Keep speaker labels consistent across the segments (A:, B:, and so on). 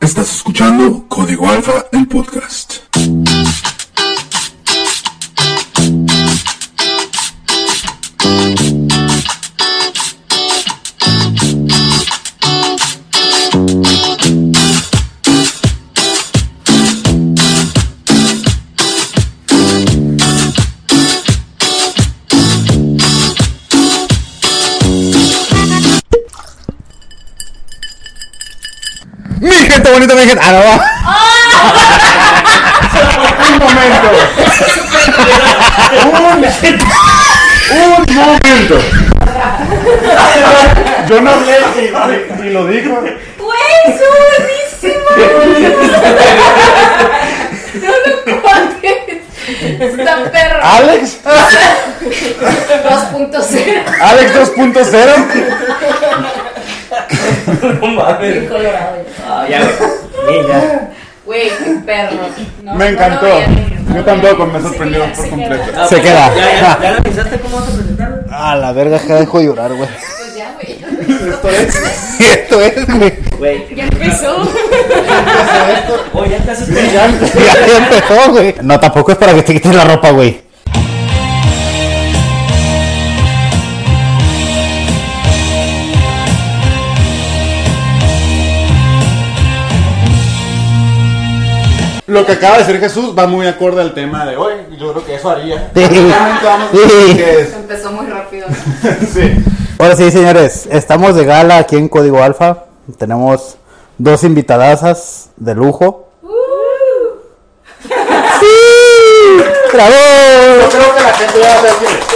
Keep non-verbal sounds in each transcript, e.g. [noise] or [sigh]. A: Estás escuchando Código Alfa, el podcast.
B: Mi gente bonita, mi gente. Ah, no, va.
C: un momento. un, un momento. Yo no hablé ni- ni, ni lo dijo.
D: ¡Güey, es
C: [laughs]
D: buenísimo! ¡No lo cortes! ¡Está perro!
C: Alex,
D: 2.0
C: Alex 2.0.
E: No [laughs] mames.
D: en Colorado.
E: Ah, ya, güey. Mira.
D: Güey, qué perro. No,
C: Me
D: no
C: encantó.
D: lo veía.
C: Yo tampoco me sorprendió por completo.
E: Ah,
B: Se
E: pues,
B: queda.
E: Ya, ya,
B: [laughs]
E: ya analizaste cómo vas a presentarlo.
B: A la verga, ya dejo de llorar, [laughs] güey.
D: Pues ya, güey.
C: Esto es.
B: Esto es, güey.
E: Güey.
D: Ya empezó.
E: Oye, Oh, ya te haces
C: Ya,
E: pelear.
B: Ya ya empezó, güey. No, tampoco es para que te quites la ropa, güey.
C: Lo que acaba de decir Jesús va muy acorde al tema de hoy. Yo creo que eso haría.
B: Sí.
C: Prácticamente vamos a
B: Sí.
C: decir que
D: Empezó muy rápido. ¿no?
C: es. Sí.
B: Ahora sí, señores, estamos de gala aquí en Código Alfa. Tenemos dos invitadasas de lujo.
C: Uh.
B: ¡Sí!
C: Yo
B: ¡Bravo!
C: creo que la gente ya sabe quién es.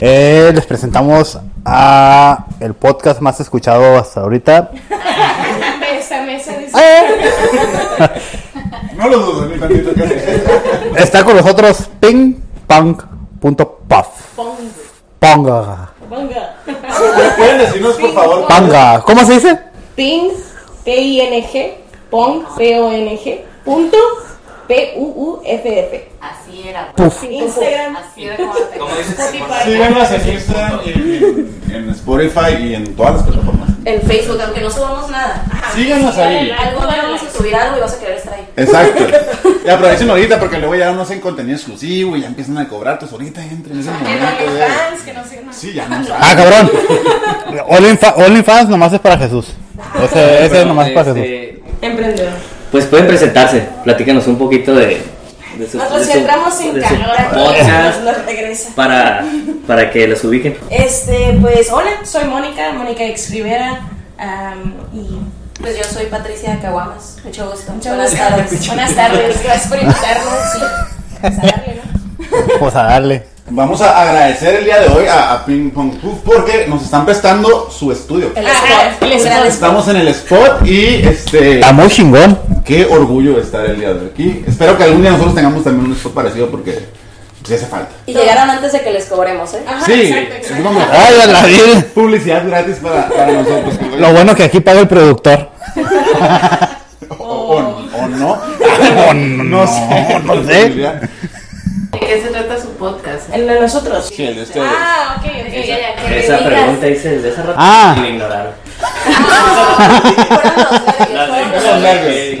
B: Eh, les presentamos a el podcast más escuchado hasta ahorita.
D: Esa mesa de
B: Eh,
C: [laughs] No lo dudo ni tantito que sí.
B: Está con nosotros pingpunk.puff.
D: Pongo.
B: Ponga.
F: Panga.
C: Pueden decirnos, por favor.
B: Panga. ¿Cómo se dice?
F: Ping, P-I-N-G, Pong, P-O-N-G, punto, P-U-U-F-F.
D: Así era, güey.
B: Puff.
F: Instagram.
D: Así era como te
E: Como dices,
C: Síganos en Instagram y en, en Spotify y en todas las plataformas.
D: En Facebook, aunque no subamos nada.
C: Síganos ahí.
D: Algún día vamos a subir algo y vas a querer estar ahí.
C: Exacto. Y aprovechen ahorita porque luego ya no hacen contenido exclusivo y ya empiezan a cobrar. Entonces ahorita entren en ese momento. ya.
D: que no sé
C: Sí,
D: [laughs]
C: ya no
B: Ah,
C: saben.
B: cabrón. OnlyFans OnlyFans nomás es para Jesús. Ese, ese nomás es para Jesús.
E: este,
F: Emprendedor.
E: Pues pueden presentarse. Platícanos un poquito de. de su,
F: Nosotros
E: de su-
F: entramos en
E: de su
F: calor aquí.
E: podcast
F: Nos,
E: [laughs]
F: nos regresa.
E: para, para que los ubiquen.
F: Este, pues, hola, soy Mónica, Mónica Ex Rivera. am, y
D: Pues yo soy Patricia Caguamas. Mucho gusto.
F: Mucho
D: Buenas
F: gusto.
D: tardes. Buenas tardes. Gracias por invitarnos. Sí. Pues a darle, ¿no?
B: Pues a darle.
C: Vamos a agradecer el día de hoy a, a Ping Pong Puff porque nos están prestando su estudio.
F: Ah,
D: El
F: Ajá,
D: spot.
F: el
D: Gran
F: spot.
C: Estamos en el spot y este.
B: Está muy chingón.
C: Qué orgullo de estar el día de hoy aquí. Espero que algún día nosotros tengamos también un spot parecido porque pues, ya hace falta.
D: Y llegaron antes de que les cobremos, ¿eh?
F: Ajá,
C: Sí,
F: exacto,
C: es
F: exacto.
C: como
B: Ay, a la vida.
C: publicidad gratis para, para nosotros.
B: Lo bueno que aquí paga el productor.
C: O, o- o no.
B: O no,
C: sé.
B: no sé.
G: ¿De qué se trata su podcast?
F: El de nosotros.
C: Sí, el de este- ustedes.
F: Ah, ok, ok.
D: Ella, que me
E: Esa
D: digas.
E: pregunta hice desde hace rato
B: Ah.
E: y la ignoraron.
D: Ah,
E: [laughs]
D: Fueron los nervios, fueron
E: La de-
C: Los
D: los nervios.
C: nervios.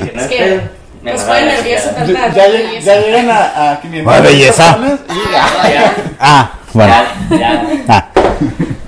E: dije, no
F: Ah. Es
E: es
F: que,
E: pedo. Me
F: Pues
E: la
F: fue
E: van a
F: nervioso
E: decir,
C: Ya,
F: cantar.
C: ya lleg- ya llegan a, a 500
B: Ah, belleza.
C: personas y ya.
E: Ya,
B: Ah, bueno.
E: ya, ya.
B: Ah,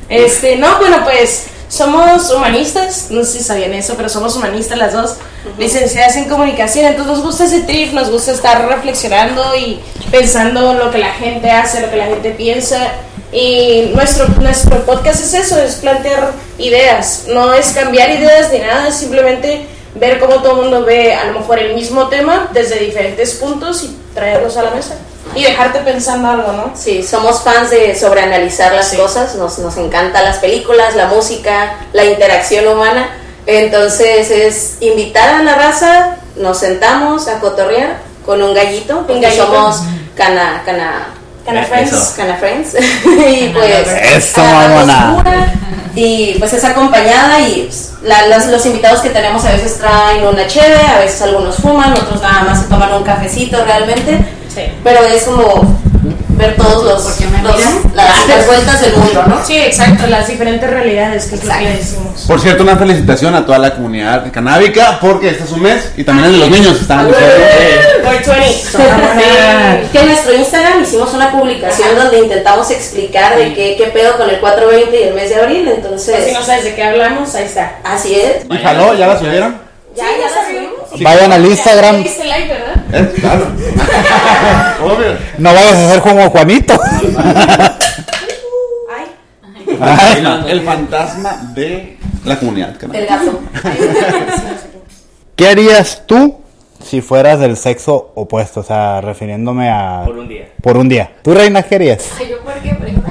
F: Este, no, bueno, pues somos humanistas, no sé si sabían eso, pero somos humanistas las dos, licenciadas en comunicación, entonces nos gusta ese trip, nos gusta estar reflexionando y pensando lo que la gente hace, lo que la gente piensa. Y nuestro, nuestro podcast es eso, es plantear ideas, no es cambiar ideas ni nada, es simplemente ver cómo todo el mundo ve a lo mejor el mismo tema desde diferentes puntos y traerlos a la mesa y dejarte pensando algo, ¿no?
G: Sí, somos fans de sobreanalizar las
F: Sí.
G: cosas, nos, nos encantan las películas, la música, la interacción humana, entonces es invitar a la raza, nos sentamos a cotorrear con un gallito, porque
F: gallito.
G: somos cana, cana,
F: Cana
E: Eh,
F: Friends.
E: eso.
G: cana
F: [laughs]
G: friends, [laughs] y pues
B: Eso,
G: a la
B: mamona.
G: postura, y pues es acompañada y pues, la- las- los invitados que tenemos a veces traen una cheve, a veces algunos fuman, otros nada más se toman un cafecito realmente,
F: Sí.
G: pero es como ver todos los,
H: Porque me
G: los-
H: miran.
G: las, las vueltas del mundo, ¿no?
F: Sí, exacto, las diferentes realidades que es lo que le decimos.
C: Por cierto, una felicitación a toda la comunidad canábica porque este es un mes y también el de los niños están
G: Sí, que en nuestro Instagram hicimos una publicación donde intentamos explicar de qué, qué pedo con el 420 y el mes de abril,
F: Pues si
G: entonces
F: no sabes de qué hablamos, ahí está.
G: así es.
C: ¿Y jaló? ¿Ya la subieron?
G: Ya, ya la subimos.
B: Vayan al Instagram.
F: Diste like, ¿verdad?
C: ¿Eh? [laughs] Claro. Obvio.
B: No vayas a ser como Juanito.
G: Ay,
C: Ah. El fantasma de la comunidad
G: del
C: canábica.
G: gato.
B: ¿Qué harías tú si fueras del sexo opuesto? O sea, refiriéndome a...
E: Por un día.
B: Por un día. ¿Tú, Reina, qué harías?
H: Ay, yo por qué pregunto.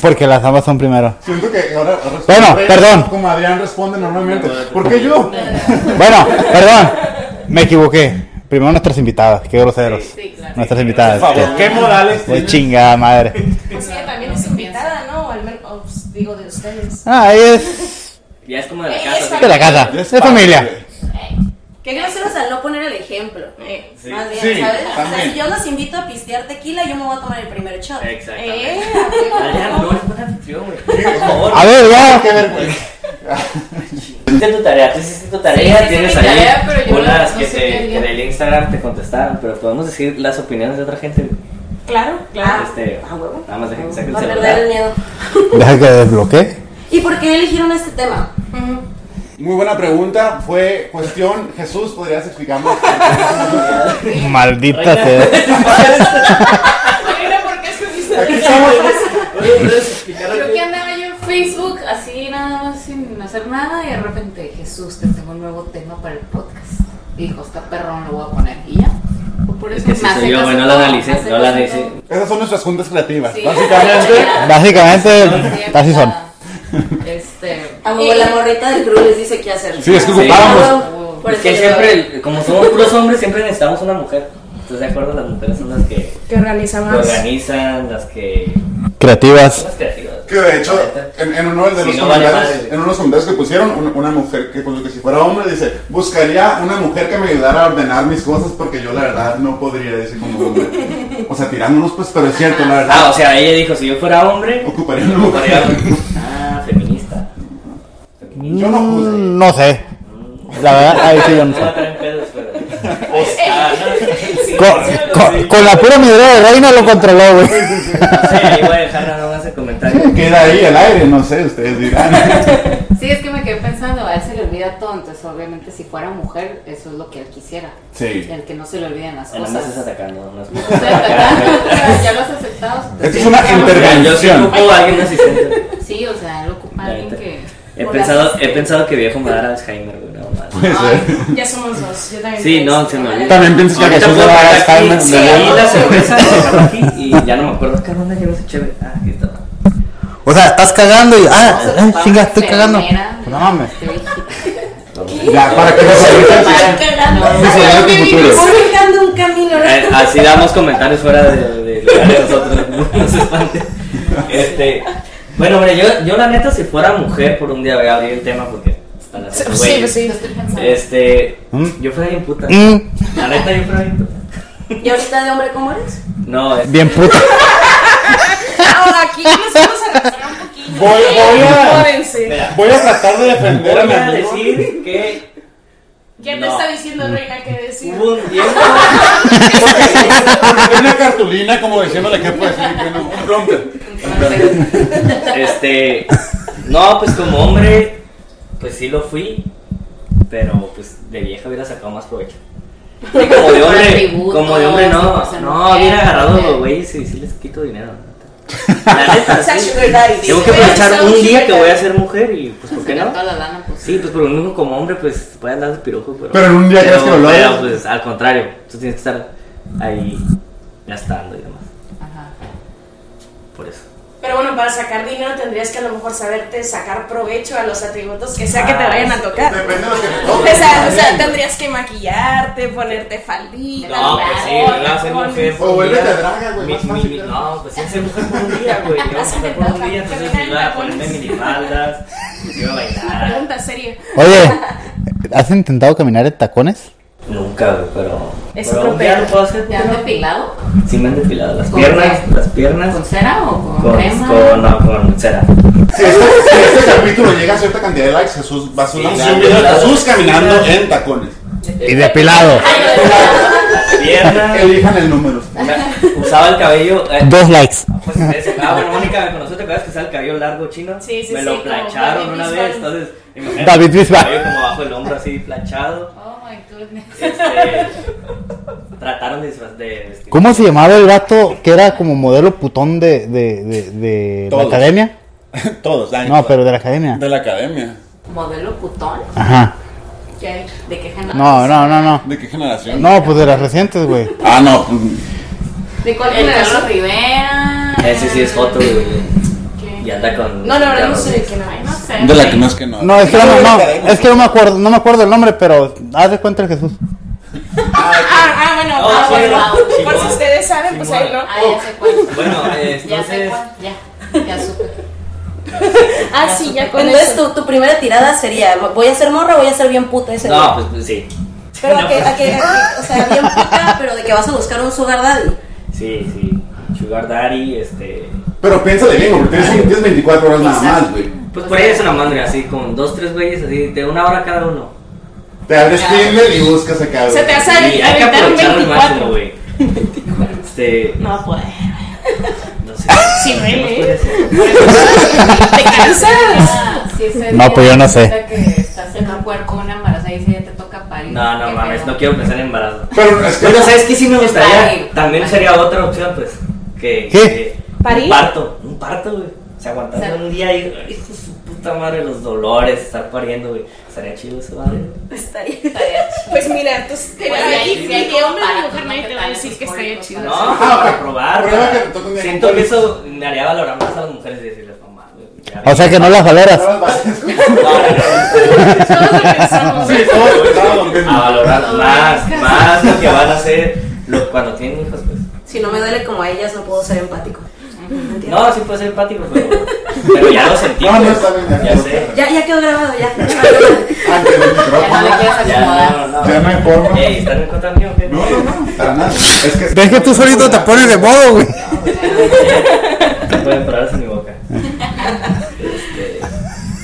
B: Porque las ambas son primero.
C: Siento que ahora. ahora-
B: Bueno,
C: ahora-
B: perdón.
C: Como Adrián responde normalmente. ¿Por qué yo?
B: Bueno, perdón. Me equivoqué. Primero nuestras invitadas. Qué groseros. Nuestras invitadas.
C: Por favor, ¿qué morales
B: Qué
C: tiene?
B: chingada madre.
F: Pues ella también es invitada, ¿no? O al menos, o, pues, digo, de ustedes.
B: Ah, es
E: Ya es como de la
F: Ella
E: casa.
F: está-
B: de la casa.
C: Ya
B: Es
C: parte
B: familia.
C: de-
G: [laughs] Qué groseros al no poner el ejemplo.
F: Eh,
G: Más bien,
C: Sí,
G: ¿sabes? O sea,
C: también.
G: si yo los invito a pistear tequila, yo me voy a tomar el primer shot.
E: Exactamente.
F: eh,
E: Adrián, no eres buen anfitrión, güey. Por favor.
B: A ver, ya.
C: Qué vergüenza.
E: Hiciste tu tarea, tú hiciste tu tarea,
H: Sí, hice
E: tienes
H: mi
E: ahí
H: tarea, pero yo
E: unas
H: no
E: que,
H: sé
E: te,
H: qué haría.
E: que del Instagram te contestaron, pero podemos decir las opiniones de otra gente. güey.
F: claro, claro.
E: este,
G: ah, huevo.
E: nada más deja que saque el
G: Para perder el
E: celular.
G: miedo.
B: Deja que desbloquee.
G: ¿Y por qué eligieron este tema?
C: Muy buena pregunta. Fue cuestión. Jesús, ¿podrías
E: [laughs]
C: explicarnos?
B: Maldita sea.
F: Reina, ¿por qué escogiste?
C: Aquí estamos.
H: Creo que andaba yo en Facebook así nada más sin hacer nada y de repente Jesús, te tengo un nuevo tema para el podcast. Y dijo, está perrón, lo voy a poner. Y ya. Por
E: Es que sí
H: me hace
E: soy yo,
H: caso
E: güey, no la
H: todo,
E: analicé,
H: me hace
E: no la
H: caso
E: analicé.
H: todo.
C: Esas son nuestras juntas creativas.
H: Sí.
C: Básicamente.
B: Básicamente, así son.
H: Este.
G: A huevo, la morrita del crew les dice qué hacer.
C: Sí, es que
E: Sí.
C: ocupábamos.
G: A huevo, por
E: Es que
G: eso
E: siempre, el- como somos puros hombres, siempre necesitamos una mujer. ¿Estás de acuerdo? Las mujeres son las que
F: Que organiza
E: lo
F: más.
E: organizan, las que. son
B: Creativas.
E: las creativas.
C: Que de hecho, en, en uno de los
E: Sí, no vale
C: comentarios,
E: madre.
C: en unos comentarios que pusieron, un- una mujer que puso que si fuera hombre dice, buscaría una mujer que me ayudara a ordenar mis cosas porque yo la verdad no podría decir como hombre.
E: [laughs]
C: O sea, tirándonos pues, pero es cierto, la
E: Ah,
C: verdad.
E: o sea, ella dijo: si yo fuera hombre,
C: Ocuparía una mujer.
E: ocuparía. Ah, feminista.
C: Yo no juzgo.
B: Mm, No sé. La verdad, ahí sí yo no
E: No va a
B: sé.
E: traer pedos,
B: [laughs]
E: pero. Ah, no.
B: Con, con- con la pura miseria de Reina lo controló, güey.
E: Sí, ahí voy a dejar nada más el comentario.
C: Queda ahí el aire, no sé, ustedes
E: [laughs]
C: dirán.
H: Sí, es que me quedé pensando, a él se le olvida todo, entonces obviamente si fuera mujer, eso es lo que él quisiera.
C: Sí.
H: El que no se le olviden las
E: Nada más es
H: cosas.
B: [laughs]
E: atacando. No es
H: [laughs] O sea, ¿verdad?
C: [laughs]
H: ya lo has aceptado. entonces-
C: Esto es una
E: Mira, Yo sí
C: intervención. [laughs]
E: ocupo a alguien asistente.
H: Sí, o sea, él ocupa a alguien que.
E: He pensado, he pensado que viejo me dará Alzheimer, güey, nada más.
C: Puede ser.
F: Ya somos dos. Yo también.
E: Sí, no, se me olvida.
B: También piensas que
E: Este, Ahorita
B: Jesús le
E: voy
B: va a dar
E: pagar aquí,
B: Alzheimer,
E: sí,
B: ¿verdad?
E: ahí la cerveza se acabó aquí y ya no me acuerdo. ¿Qué onda llevas chévere? Ah, aquí está.
B: O sea, estás cagando y. Ah,
H: No, se
B: ay,
H: ocupaba
B: chinga,
H: una
B: estoy cagando. Pues
H: enfermera,
B: No mames.
H: este, viejita.
C: Ya, para que no se olviden. Visualiza tu futuro.
G: Forjando un camino.
E: Eh, Así damos comentarios fuera de, de lugar de nosotros. No se espanten. Este, bueno, hombre, yo, yo la neta, si fuera mujer, por un día voy a abrir el tema porque están las
F: Sí,
E: güeyes.
F: sí, pues sí.
H: Lo estoy pensando.
E: Este,
B: ¿Mm?
E: yo fuera bien puta.
B: Mm,
E: La neta, yo fuera bien puta.
G: ¿Y ahorita de hombre cómo eres?
E: No, es
B: bien puta.
F: Ahora aquí nos vamos
E: [laughs]
F: a arrastrar un poquito.
C: Voy, voy a,
F: Jódense.
C: voy a tratar de defender a
E: Voy
C: mi
E: a
C: amigo.
E: decir que.
F: ¿Quién te
E: No.
F: está diciendo, Reina, qué decir?
E: Hubo un tiempo.
C: Tiene una cartulina como diciéndole que puede decir y que no. Un prompter.
E: Este. No, pues como hombre, pues sí lo fui. Pero pues de vieja hubiera sacado más provecho. Y como de hombre,
H: Atributos,
E: como de hombre no.
H: cosas
E: No, hubiera
H: mujeres,
E: agarrado
H: mujeres.
E: los güeyes y sí les quito
F: [laughs]
E: dinero. la neta. La neta,
G: sea,
E: sí.
G: sugar daddy.
E: Tengo que
F: Sí,
E: aprovechar
F: son
E: un día que
F: sugar
E: voy a ser mujer y pues ¿por qué
H: Sacar
E: no?
H: toda la lana posible.
E: Sí, pues por lo mismo como hombre, pues puede andar de pirojo, pero.
C: Pero en un día crees que lo
E: pero,
C: logras.
E: pues al contrario, tú tienes que estar ahí gastando y demás.
H: Ajá.
E: Por eso.
F: Pero bueno, para sacar dinero tendrías que a lo mejor saberte sacar provecho a los atributos que sea que te vayan a tocar.
C: Depende de lo que te
F: O
C: toque.
F: sea, o sea, tendrías que maquillarte, ponerte faldita.
E: No, pues sí,
F: nalgón,
E: ¿verdad? Ser
F: con-
E: mujer.
C: O vuélvete
E: mira,
C: a draga, güey,
E: mi-
C: más fácil,
E: mi-
C: claro.
E: No, pues sí, ser mujer por un día,
F: [laughs]
E: güey. Yo
F: Has
E: mujer por un
F: intentado
E: día, entonces yo
F: caminar en
E: iba a
F: tacones.
E: ponerme minifaldas, yo iba a bailar.
F: Pregunta seria.
B: Oye, ¿has intentado caminar en tacones?
E: Nunca, güey, pero.
F: Es
E: pero un
F: propeller.
E: día lo puedo hacer.
H: ¿Te han depilado?
E: Sí me han depilado las
H: ¿Con
E: piernas,
H: qué?
E: las piernas.
H: ¿Con cera o con,
E: Con,
H: crema?
E: con, no, con cera.
C: Si este, si este capítulo llega a cierta cantidad de likes, Jesús va a subir
E: Sí,
C: un video de
E: claro.
C: Jesús caminando en tacones.
B: Y depilado.
E: Piernas.
C: Elijan el número.
E: me- Usaba el cabello. eh,
B: [laughs] Dos likes.
E: pues, eso. Ah, bueno, Mónica me conoció, ¿te acuerdas que usaba el cabello largo chino?
F: Sí, sí,
E: Me
F: sí,
E: lo
F: como
E: plancharon
F: David
E: una
F: Bisbal.
E: vez, entonces. imagínate,
B: David
E: el
B: Bisbal.
E: Cabello como bajo el hombro así planchado.
H: Oh my goodness.
E: Este, trataron de disfraz de vestir.
B: ¿Cómo se llamaba el vato que era como modelo putón de, de, de, de la
C: Todos.
B: academia?
C: Todos, Dani.
B: No, pero de la academia.
C: De la academia.
H: ¿Modelo putón?
B: Ajá.
H: ¿Qué- ¿De qué generación?
B: No, no, no, no.
C: ¿De qué generación?
B: No, pues de las recientes, güey.
C: Ah, no.
H: ¿De cuál
F: El
H: generación?
F: Carlos
H: Carlos Rivera.
E: Ese Eh, sí es foto, güey.
H: ¿Qué?
E: Y anda con.
F: No, la verdad no
E: carros.
F: sé de qué no
H: Ay,
F: es.
H: no sé.
C: De la que no es que no.
B: No, es que no, no, es que no me acuerdo, no me acuerdo el nombre, pero haz de cuenta el Jesús.
F: Ah, ah, bueno,
E: No, Oh,
F: ah,
E: sí,
F: bueno.
E: no.
F: Por si
E: Simón.
F: ustedes saben, pues ahí no.
H: Ah, ya sé cuál.
E: Bueno, eh,
H: Ya sé
E: entonces.
H: cuál. Ya. Ya supe.
F: Ah, sí, ya con
G: Entonces
F: eso.
G: tu, tu primera tirada sería, voy a ser morra, o voy a ser bien puta ese día.
E: No, pues, pues sí.
G: Pero
E: No,
G: a que,
E: pues,
G: a que, a que- o sea, bien puta, pero de que vas a buscar un sugar daddy.
E: Sí, sí. Sugar Daddy, este.
C: Pero piénsale bien, porque tienes, tienes 24 horas nada más, güey.
E: Pues por ahí es una madre así, con dos, tres güeyes así, de una hora cada uno.
C: Te abres Tinder y buscas acá, güey.
F: Se te hace
E: Y hay que
F: aventar un
E: aprovecharlo al
F: 24.
E: máximo, güey. Este.
F: No, pues.
E: No sé.
F: Sí, duele,
E: ¿qué
F: ¿eh?
E: más puede ser?
F: ¿Te cansas?
H: Ah, sí, ese
B: No,
H: día
B: pues yo no sé.
H: resulta que estás en un cuerpo, una embarazada y si ya te toca parir.
E: No, no
H: ¿Qué
E: mames,
H: pedo?
E: no quiero pensar en embarazo.
C: Pero es que
E: Bueno, ¿sabes qué? Sí me
H: Ay.
E: gustaría. También sería otra opción, pues. Que.
B: ¿Qué?
E: que-
F: ¿Parir?
E: Un parto, un parto, güey. O sea, aguantando
H: O sea,
E: un día y. ay, hijo de su puta madre, los dolores, estar pariendo, güey. Estaría chido eso, madre.
H: Estaría
F: Pues mira, tú te
H: Pues,
F: ahí,
H: sí,
F: que
H: sí,
F: hombre
H: para,
F: o mujer
H: no
F: nadie
H: te
F: te va a
H: pares
F: decir que
H: los
F: estaría
H: cólicos,
F: chido.
E: No,
F: No,
E: para probar.
C: Prueba
E: para-
C: que te toque un día
E: Siento
C: con
E: que
C: pelo.
E: eso me haría valorar más a las mujeres y decirles, mamá, güey. ya
B: O sea que no las valeras. [laughs]
F: todos lo pensamos.
C: Sí, todo, todo lo mismo.
E: a valorar
H: Todo
E: más,
H: es
E: más lo que van a hacer lo- cuando tienen hijos, pues.
G: Si no me duele como a ellas, no puedo ser empático. ¿Entiendes?
E: No, sí puede ser empático, pero, pero ya lo sentí.
C: No, no
E: pues,
C: está bien, ya.
E: ya sé.
G: Ya, ya quedó grabado, ya.
E: [laughs]
C: Ante el
H: Ya
C: micrófono.
H: no le quieres
E: Ya
H: acomodar.
E: no, no.
C: Ya no hay forma.
E: Ey, ¿están en contra mío? o qué?
C: No, no, no. Para nada. Es que.
B: Ves que tú solito te pones de modo, güey.
E: No pueden pararse en mi
C: [laughs]
E: boca. Este,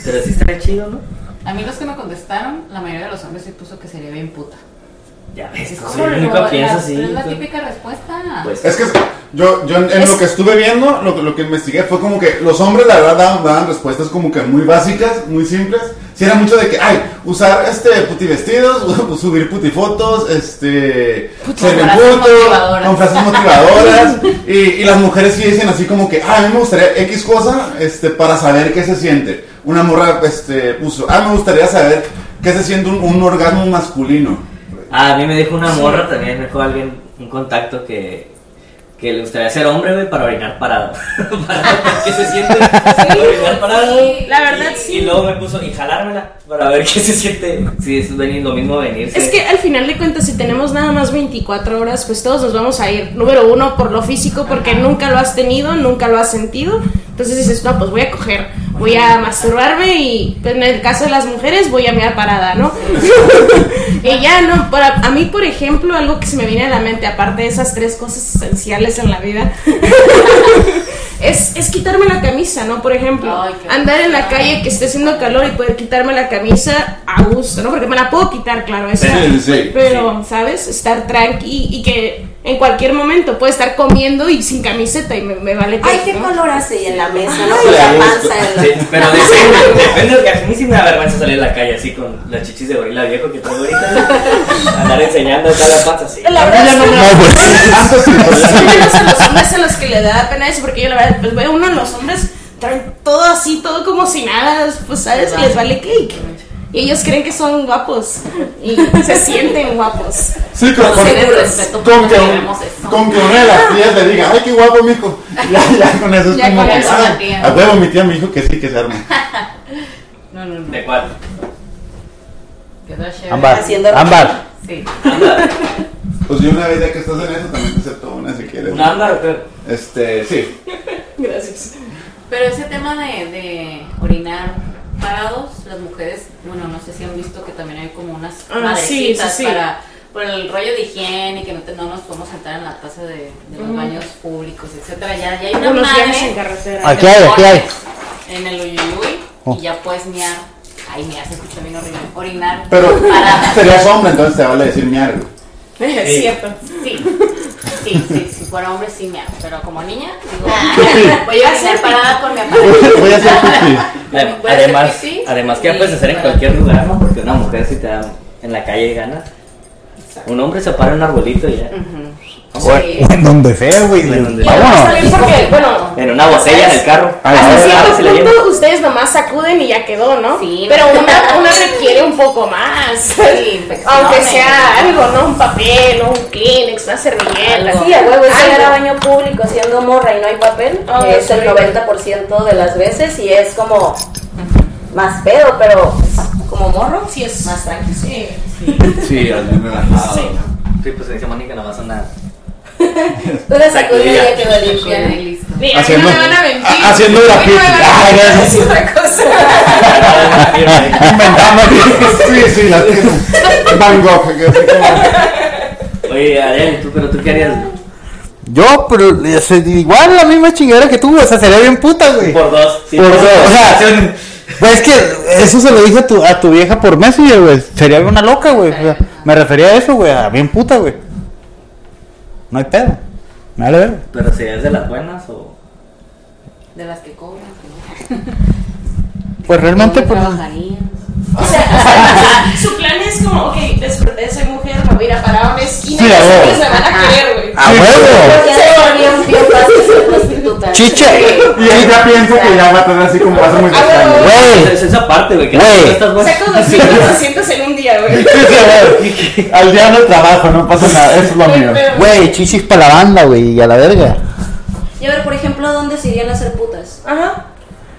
E: pero sí estaría chido, ¿no?
H: A mí los que me contestaron, la mayoría de los hombres sí puso que sería bien puta.
E: Ya ves,
H: Es
E: tú
H: como
E: soy el único
H: lo-
E: que piensa
H: la-
E: así.
H: pero Es la
E: tú-
H: típica respuesta.
E: Pues,
C: Es que es- yo, yo en lo que estuve viendo, lo, que- lo que investigué fue como que los hombres la verdad daban, daban respuestas como que muy básicas, muy simples. Si era mucho de que, ay, usar este puti vestidos, [laughs] subir puti fotos, este, ser bien
H: frases
C: puto,
H: motivadoras.
C: con frases
H: [laughs]
C: motivadoras. y, y las mujeres sí dicen así como que, ah, a mí me gustaría X cosa, este, para saber qué se siente. Una morra, este, puso, ah, me gustaría saber qué se siente un, un orgasmo masculino.
E: Ah, a mí me dijo una morra también, me dijo alguien, un contacto que, que le gustaría ser hombre, güey, para orinar parado. [laughs] para que se siente orinar parado.
F: sí, la verdad
E: Y-
F: sí.
E: Y luego me puso, y jalármela, para ver qué se siente. Si es venir, lo mismo venirse.
F: Es que al final de cuentas, si tenemos nada más 24 horas, pues todos nos vamos a ir. Número uno, por lo físico, porque nunca lo has tenido, nunca lo has sentido. Entonces dices, no, pues voy a coger, voy a masturbarme y pues, en el caso de las mujeres voy a mirar parada, ¿no? [laughs] y ya, no. Para, a mí, por ejemplo, algo que se me viene a la mente, aparte de esas tres cosas esenciales en la vida, [laughs] es, es quitarme la camisa, ¿no? Por ejemplo,
H: Ay, qué
F: andar en la
H: rico.
F: calle que esté haciendo calor y poder quitarme la camisa a gusto, ¿no? Porque me la puedo quitar, claro, eso.
C: Sí, sí.
F: Pero, ¿sabes? Estar tranqui y que en cualquier momento puedo estar comiendo y sin camiseta y me, me vale todo.
G: Ay, qué
F: ¿no?
G: color hace y en la mesa, ¿no?
C: Ay,
G: Con la
C: a gusto.
G: panza. en la-
E: Sí, pero
F: [laughs]
E: depende, depende, porque a mí sí me da vergüenza salir a la calle así con las chichis de gorila viejo que traigo ahorita. Andar enseñando toda la pata así.
F: La verdad es que
B: No, güey.
C: Antes sí, pues,
F: son menos a los hombres a los que le da pena eso, porque yo la verdad, pues veo uno de los hombres traen todo así, todo como si nada, pues sabes, y les vale cake. Y ellos creen que son guapos y se sienten guapos.
C: Sí, con,
H: Con
C: con,
H: el respeto,
C: con que,
H: tenemos eso.
C: con que una de las tías le diga, ay, qué guapo, mijo. [laughs] Ya, ya con eso es
H: Ya
C: como
H: con
C: que,
H: eso la
C: "Ah,
H: tía".
C: A huevo, mi tía me dijo que sí, que se
H: [laughs]
C: arma.
H: No, no, no.
E: ¿De cuál?
H: Quedó chévere.
B: Ámbar. Ámbar.
H: Sí.
E: ¿Ámbar?
C: Pues yo una vez ya que estás en eso, también te acepto una si quieres.
E: ¿Un ámbar o qué?
C: Este, sí.
F: Gracias.
H: Pero ese tema de, de orinar parados, las mujeres, bueno, no sé si han visto que también hay como unas
F: Ah, sí,
H: madrecitas
F: sí, sí.
H: para por el rollo de higiene, que no, te- no nos podemos sentar en la taza de, de los baños públicos, etcétera. Ya, ya hay una
F: Unos viajes en
H: madre
F: carretera.
B: Aquí hay, aquí hay.
H: en el uyuyuy
B: Oh.
H: y ya puedes miar. Ay, miar, se escucha bien horrible. Orinar. [laughs]
C: Pero [laughs]
H: parada.
C: serías hombre, entonces te vale decir miar.
F: [laughs]
C: güey.
F: Es cierto.
H: Sí, sí, sí, si fuera hombre sí miar, pero como niña, digo, voy a
F: hacer
H: hacer parada con mi aparato.
C: Voy a hacer pipí.
E: La-
H: Voy a hacer
E: además,
H: pipí
E: además que
H: y-
E: la puedes hacer en cualquier lugar, ¿no? Porque una mujer si te da en la calle ganas. Un hombre se para en un arbolito y ya.
H: Sí.
B: [laughs] En donde sea, güey.
E: En
F: Ah,
E: donde sea.
B: Vámonos.
F: También porque, bueno,
E: En una botella en el carro.
B: Ahí
F: hasta
B: está.
E: Ah,
F: cierto
E: se la lleva.
F: punto ustedes nomás sacuden y ya quedó, ¿no?
H: Sí.
F: Pero una, una requiere un poco más. [laughs] Aunque
H: infecciones.
F: sea algo, ¿no? Un papel, un Kleenex, una servilleta.
H: Algo.
G: Sí, a huevo, es
F: Algo.
G: llegar a baño público siendo morra y no hay papel.
F: Ah,
G: es
F: sí.
G: el 90% de las veces y es como más pedo, pero pues, como morro,
F: Sí, es-
G: más tranquilo.
F: Sí.
C: Sí, alguien relajado.
E: Ah, Sí, pues dice Mónica, no vas a nada.
G: Una sacudida y ya
E: Sacudida.
G: quedó
H: Con
G: limpia.
H: el listo.
F: Mira, a mí
C: Haciendo-
F: no me van a mentir.
C: ha- haciendo
F: A mí no me
C: graffiti.
F: van a
C: Ah,
F: mentir,
C: gracias.
F: es otra cosa.
C: Inventando [laughs] Sí, sí, la tiene. Van Gogh. que así
H: [laughs]
C: como-
E: Oye, Ariel, ¿tú, pero tú qué harías
B: Yo, pero es igual la misma chingadera que tú, o sea, sería bien puta, güey.
E: por dos? Sí,
B: Por dos, o sea, Güey, es que eso se lo dije a tu, a tu vieja por Messenger, güey. Sería una loca, güey. O sea, me refería a eso, güey, a bien puta, güey. No hay pedo. Me vale ver.
E: Pero si es de las buenas o.
H: De las que cobran. ¿no?
B: Pues realmente,
H: ¿Dónde
B: pues.
H: trabajarías?
F: O sea, o sea, [laughs] su plan es como, ok, desperté, soy mujer, me voy a ir a parar a una esquina.
B: Sí,
F: y
B: a huevo.
F: ustedes me van a querer, güey.
B: ¡A huevo!
G: Ya se volvió bien fácil ser prostituta.
B: ¡Chiche!
C: Y él ya piensa que ya va a tener así como va a ser muy extraño.
B: ¡Güey!
E: Es esa parte, güey. Que
B: Güey.
E: no estás buena.
F: Saco 200, 200 en un día, güey.
B: Al diablo el trabajo, no pasa nada, eso es lo
F: mío.
B: Güey, chichis para la banda, güey, y a la verga.
G: Y a ver, por ejemplo, ¿dónde se irían a hacer putas?
F: Ajá.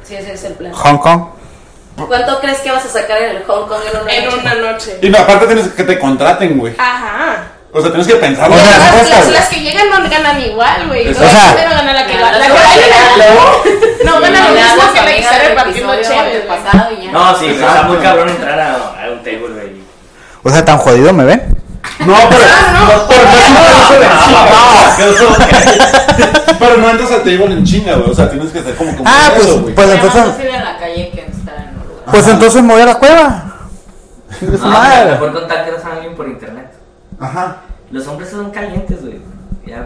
G: Si ese es el plan.
B: Hong Kong.
G: ¿Cuánto crees que vas a sacar en el Hong Kong en una
F: En
G: noche?
F: una noche.
C: Y no, aparte tienes que te contraten, güey.
F: Ajá.
C: O sea, tienes que pensar.
B: O sea,
F: Las,
B: Apuesta,
F: las,
B: güey.
F: las que llegan no ganan igual, güey.
B: O sea-
F: Entonces, pero gana la que gana.
H: Ganan
F: La que
H: las que
F: gana.
H: ganan.
F: No
H: Bueno,
F: gana lo mismo que la que está repartiendo
H: repartiendo
F: chévere. güey.
H: pasado y
E: [laughs]
H: ya.
E: No, sí, pero está
C: Exacto.
E: muy cabrón entrar a, a un table, güey.
B: O sea, tan jodido me ven.
C: [laughs] No, pero. Ah, No, Ah, pero no es [laughs] un proceso de [laughs] chinga, [laughs] güey. Pero no entras al table en chinga, güey. O sea, tienes que hacer como como
B: Ah,
C: eso,
B: pues,
C: güey.
B: pues
H: Sería más
B: entonces.
H: fácil en la calle que estar en un lugar.
B: Pues entonces me voy a la cueva. Es
C: Ah,
E: No,
B: madre.
E: mejor contactas a alguien por internet.
C: Ajá.
E: Los hombres son calientes, güey. Ya,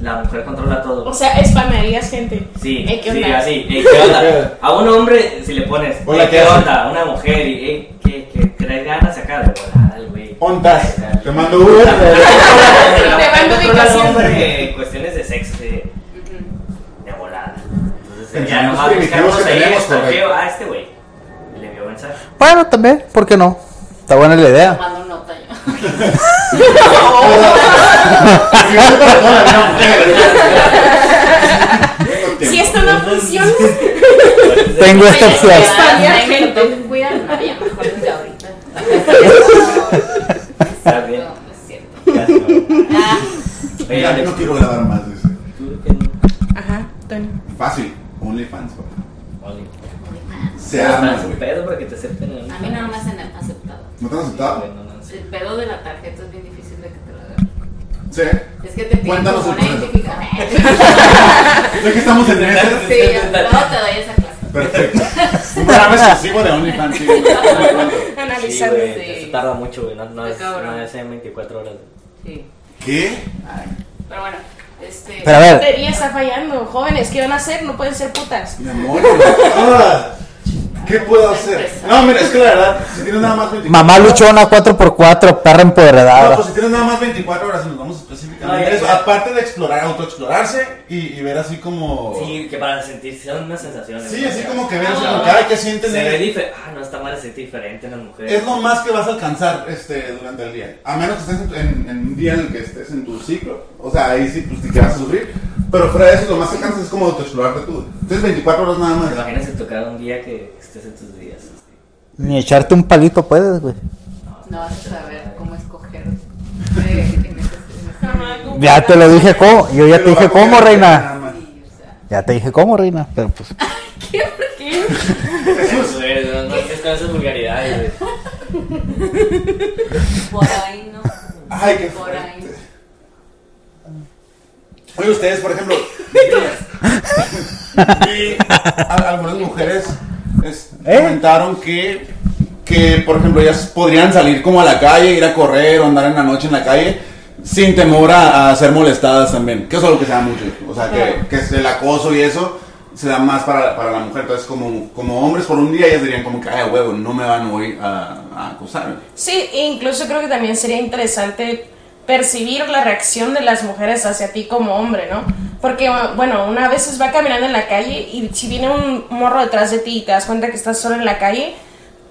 E: la mujer controla todo.
F: O sea, spamearías gente.
E: Sí,
F: Eh, ¿qué
E: sí,
F: onda?
E: así. eh, ¿qué onda? A un hombre, si le pones,
C: Hola,
E: eh,
C: ¿qué
E: ¿qué
C: haces?
E: onda? A una mujer, y, eh, que, que traes ganas acá de volar, güey.
C: Ondas.
E: Ay,
C: Te
E: [laughs]
C: mando Uber.
E: La
F: [laughs] Te
E: mujer
F: mando
E: controla al
F: ubicación.
E: hombre en cuestiones de sexo, de, de volada. Entonces, ya
C: Pensamientos
E: nomás
C: primitivos
E: buscamos
C: que
E: ahí
C: tenemos,
E: stalkeo
C: correcto.
E: a este güey. Le vio mensaje.
B: Bueno, también, ¿por qué no? Está buena la idea.
H: Mando nota yo.
F: Si esto no funciona,
B: Tengo esta opción.
F: España,
H: Ay,
F: gente.
H: no te cuidan a nadie, mejor desde ahorita.
E: Está bien.
H: No, no es cierto.
E: Ya se acabó.
H: Ah,
E: Oye,
C: Ya,
E: Alex,
C: no quiero grabar más, dice.
E: tú que no-
F: Ajá, Tony.
C: Fácil. OnlyFans, güey.
E: Oli.
C: Se
E: Hasta
C: ama,
E: es un
C: güey.
E: pedo para que te acepten en el-
H: a mí no me han aceptado.
C: ¿No te han aceptado?
E: Bueno, no sé.
H: El pedo de la tarjeta es bien difícil de que te lo hagan.
C: Sí.
H: Es que te piden
C: Cuéntanos
H: como una
C: el pedo.
H: identificación.
E: Ah.
C: Sé que estamos en ese.
H: [laughs] Sí, yo luego te doy esa clase.
C: Perfecto. Un programa exclusivo de OnlyFans, sí, güey. Me cuento.
E: Sí,
F: Analizando.
E: güey,
H: sí.
E: se tarda mucho, güey. No, no, es,
H: Está cabrón.
E: no es en 24 horas.
H: Sí.
C: ¿Qué?
H: Pero bueno, este.
B: Pero a ver,
F: Teoría está fallando. Jóvenes, ¿qué van a hacer? No pueden ser putas.
C: Mi amor. ah, ¿Qué puedo hacer? No, mira, es que la verdad, si tienes nada más 24
B: mamá luchona 4x4, perra
C: No,
B: empoderada.
C: pues si tienes nada más 24 horas, nos vamos específicamente
E: No,
C: a
E: ya-
C: eso. Aparte de explorar, autoexplorarse y, y ver así como.
E: Sí, que para sentir, son unas sensaciones.
C: Oh. Sí,
E: ¿no?
C: así
E: Ya.
C: como que ver así
H: Ah.
C: como cada que sienten.
E: Se ve
C: el-
E: diferente. Ah, no está mal sentir diferente en las mujeres.
C: Es lo más que vas a alcanzar este, durante el día. A menos que estés en, tu- en- en un día en el que estés en tu ciclo. O sea, ahí sí, pues te vas a sufrir. Pero fuera de eso, lo más que alcanzas es como autoexplorarte tú. Tienes 24 horas nada
E: ¿Te
C: más.
E: imaginas tocar un día que estés en tus días?
B: Ni echarte un palito puedes, güey.
H: No vas a saber cómo escoger. de- en ese- en ese-
B: Ya te lo dije cómo, yo ya
C: Pero
B: te dije
C: va a
B: cómo,
C: comer
B: reina.
C: nada más.
H: o sea,
B: Ya te dije cómo, reina. Pero pues,
E: Jesús. No, no, es con esas vulgaridades, güey.
H: Por ahí no.
C: Ah, Ay, qué
H: por ahí.
C: fuerte. Oye, ustedes, por
H: [laughs]
C: ejemplo, vi- a- algunas mujeres es-
B: ¿Eh?
C: comentaron que, que, por ejemplo, ellas podrían salir como a la calle, ir a correr o andar en la noche en la calle sin temor a, a ser molestadas también. Que eso es algo que se da mucho. O sea, que, que es el acoso y eso se da más para, para la mujer. Entonces, como, como hombres, por un día ellas dirían como que, ay, a huevo, no me van hoy a, a acosar.
F: Sí, incluso creo que también sería interesante percibir la reacción de las mujeres hacia ti como hombre, ¿no? Porque, bueno, una vez va caminando en la calle y si viene un morro detrás de ti y te das cuenta que estás solo en la calle,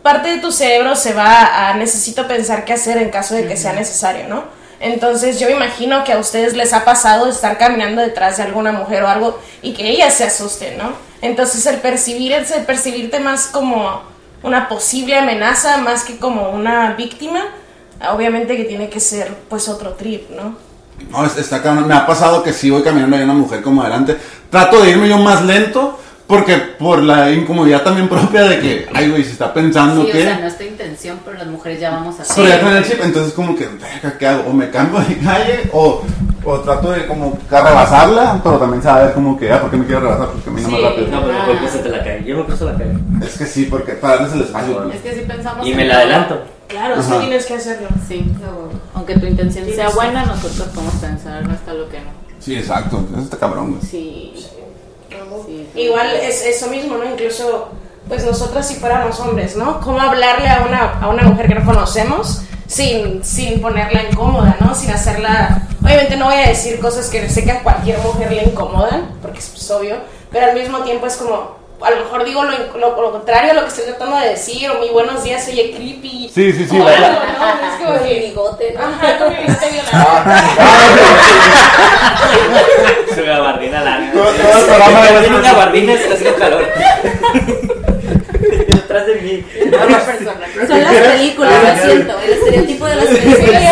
F: parte de tu cerebro se va a necesito pensar qué hacer en caso de que sea necesario, ¿no? Entonces yo imagino que a ustedes les ha pasado estar caminando detrás de alguna mujer o algo y que ellas se asusten, ¿no? Entonces el percibir, el ser- percibirte más como una posible amenaza más que como una víctima, obviamente que tiene que ser pues otro trip, ¿no?
C: No, es- está cabrón. Me ha pasado que sí voy caminando y hay una mujer como adelante. Trato de irme yo más lento porque por la incomodidad también [laughs] propia de que, ay, güey, se está pensando
H: Sí,
C: que...
H: o sea, no es tu intención, pero las mujeres ya vamos a
C: Pero ya con el chip, entonces como que, verga, ¿qué hago? O me cambio de calle o, o trato de como que rebasarla, pero también se va a ver como que, ah, ¿por qué me quiero rebasar? Porque camino más
H: Sí.
C: rápido.
E: No, pero después se te la calle. Yo me cruzo la calle.
C: Es que sí, porque para darles el espacio. güey.
H: Es que si pensamos.
E: Y
H: en
E: me la
H: todo.
E: adelanto.
F: Claro,
C: Ajá.
F: sí tienes que hacerlo.
H: Sí, aunque tu intención
F: Sí,
H: sea
F: sí.
H: buena, nosotros podemos pensar hasta lo que no.
C: Sí, exacto. Eso está cabrón, güey.
H: Sí. Sí, sí.
F: Igual es eso mismo, ¿no? Incluso, pues nosotras si fuéramos hombres, ¿no? ¿Cómo hablarle a una, a una mujer que no conocemos sin, sin ponerla incómoda, ¿no? Sin hacerla... Obviamente no voy a decir cosas que sé que a cualquier mujer le incomodan, porque es pues, obvio, pero al mismo tiempo es como, a lo mejor digo lo, inc- lo- lo contrario a lo que estoy tratando de decir, o mi buenos días, oye, creepy.
C: Sí, sí, sí,
F: o
C: la-
F: algo, ¿no? Es como
G: Con el
F: que...
G: bigote, ¿no?
F: Ajá, como que te
G: [laughs] Ah,
F: violador.
E: Se me gabardina larga.
C: Todo- todo el programa de-
E: Tiene una gabardina y está haciendo calor. Detrás de mí.
H: Otra persona.
G: Son las películas,
E: Ah,
G: lo
E: ya.
G: siento, el estereotipo de las [laughs] películas.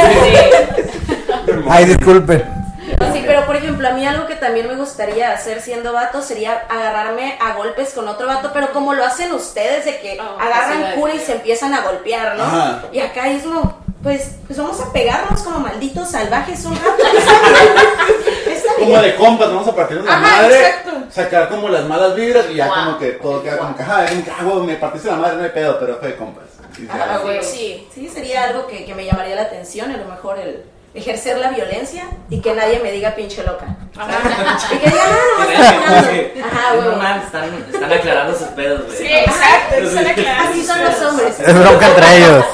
B: Ay, disculpen.
G: No, Ah, sí, pero por ejemplo, a mí algo que también me gustaría hacer siendo vato sería agarrarme a golpes con otro vato, pero como lo hacen ustedes, de que
H: Ah, sí,
G: agarran
H: la-
G: cura y se empiezan a golpear, ¿no?
C: Ajá.
G: Y acá es como, pues, pues vamos a pegarnos como malditos salvajes un
C: [laughs]
G: rato. Está bien.
C: Como de compas, vamos a partir de la
F: Ajá,
C: madre,
F: exacto.
C: sacar como las malas vibras y ya
H: Guau.
C: como que todo queda como que, ajá, ven, ah, güey, me partiste la madre, no hay pedo, pero fue de compas. Y ya.
G: Ah,
H: güey.
G: sí, sí, sería algo que, que me llamaría la atención, a lo mejor el ejercer la violencia y que nadie me diga pinche loca. y que diga, no, no,
E: Que
G: no,
E: vean
G: no,
E: como
G: no".
E: que-
G: Ajá,
E: es
G: güey.
E: normal, están, están aclarando sus pedos, güey.
F: Sí, exacto,
E: Sí.
F: están aclarando
G: Así
F: sus
G: son los
F: pedos.
G: hombres.
B: Es bronca entre ellos.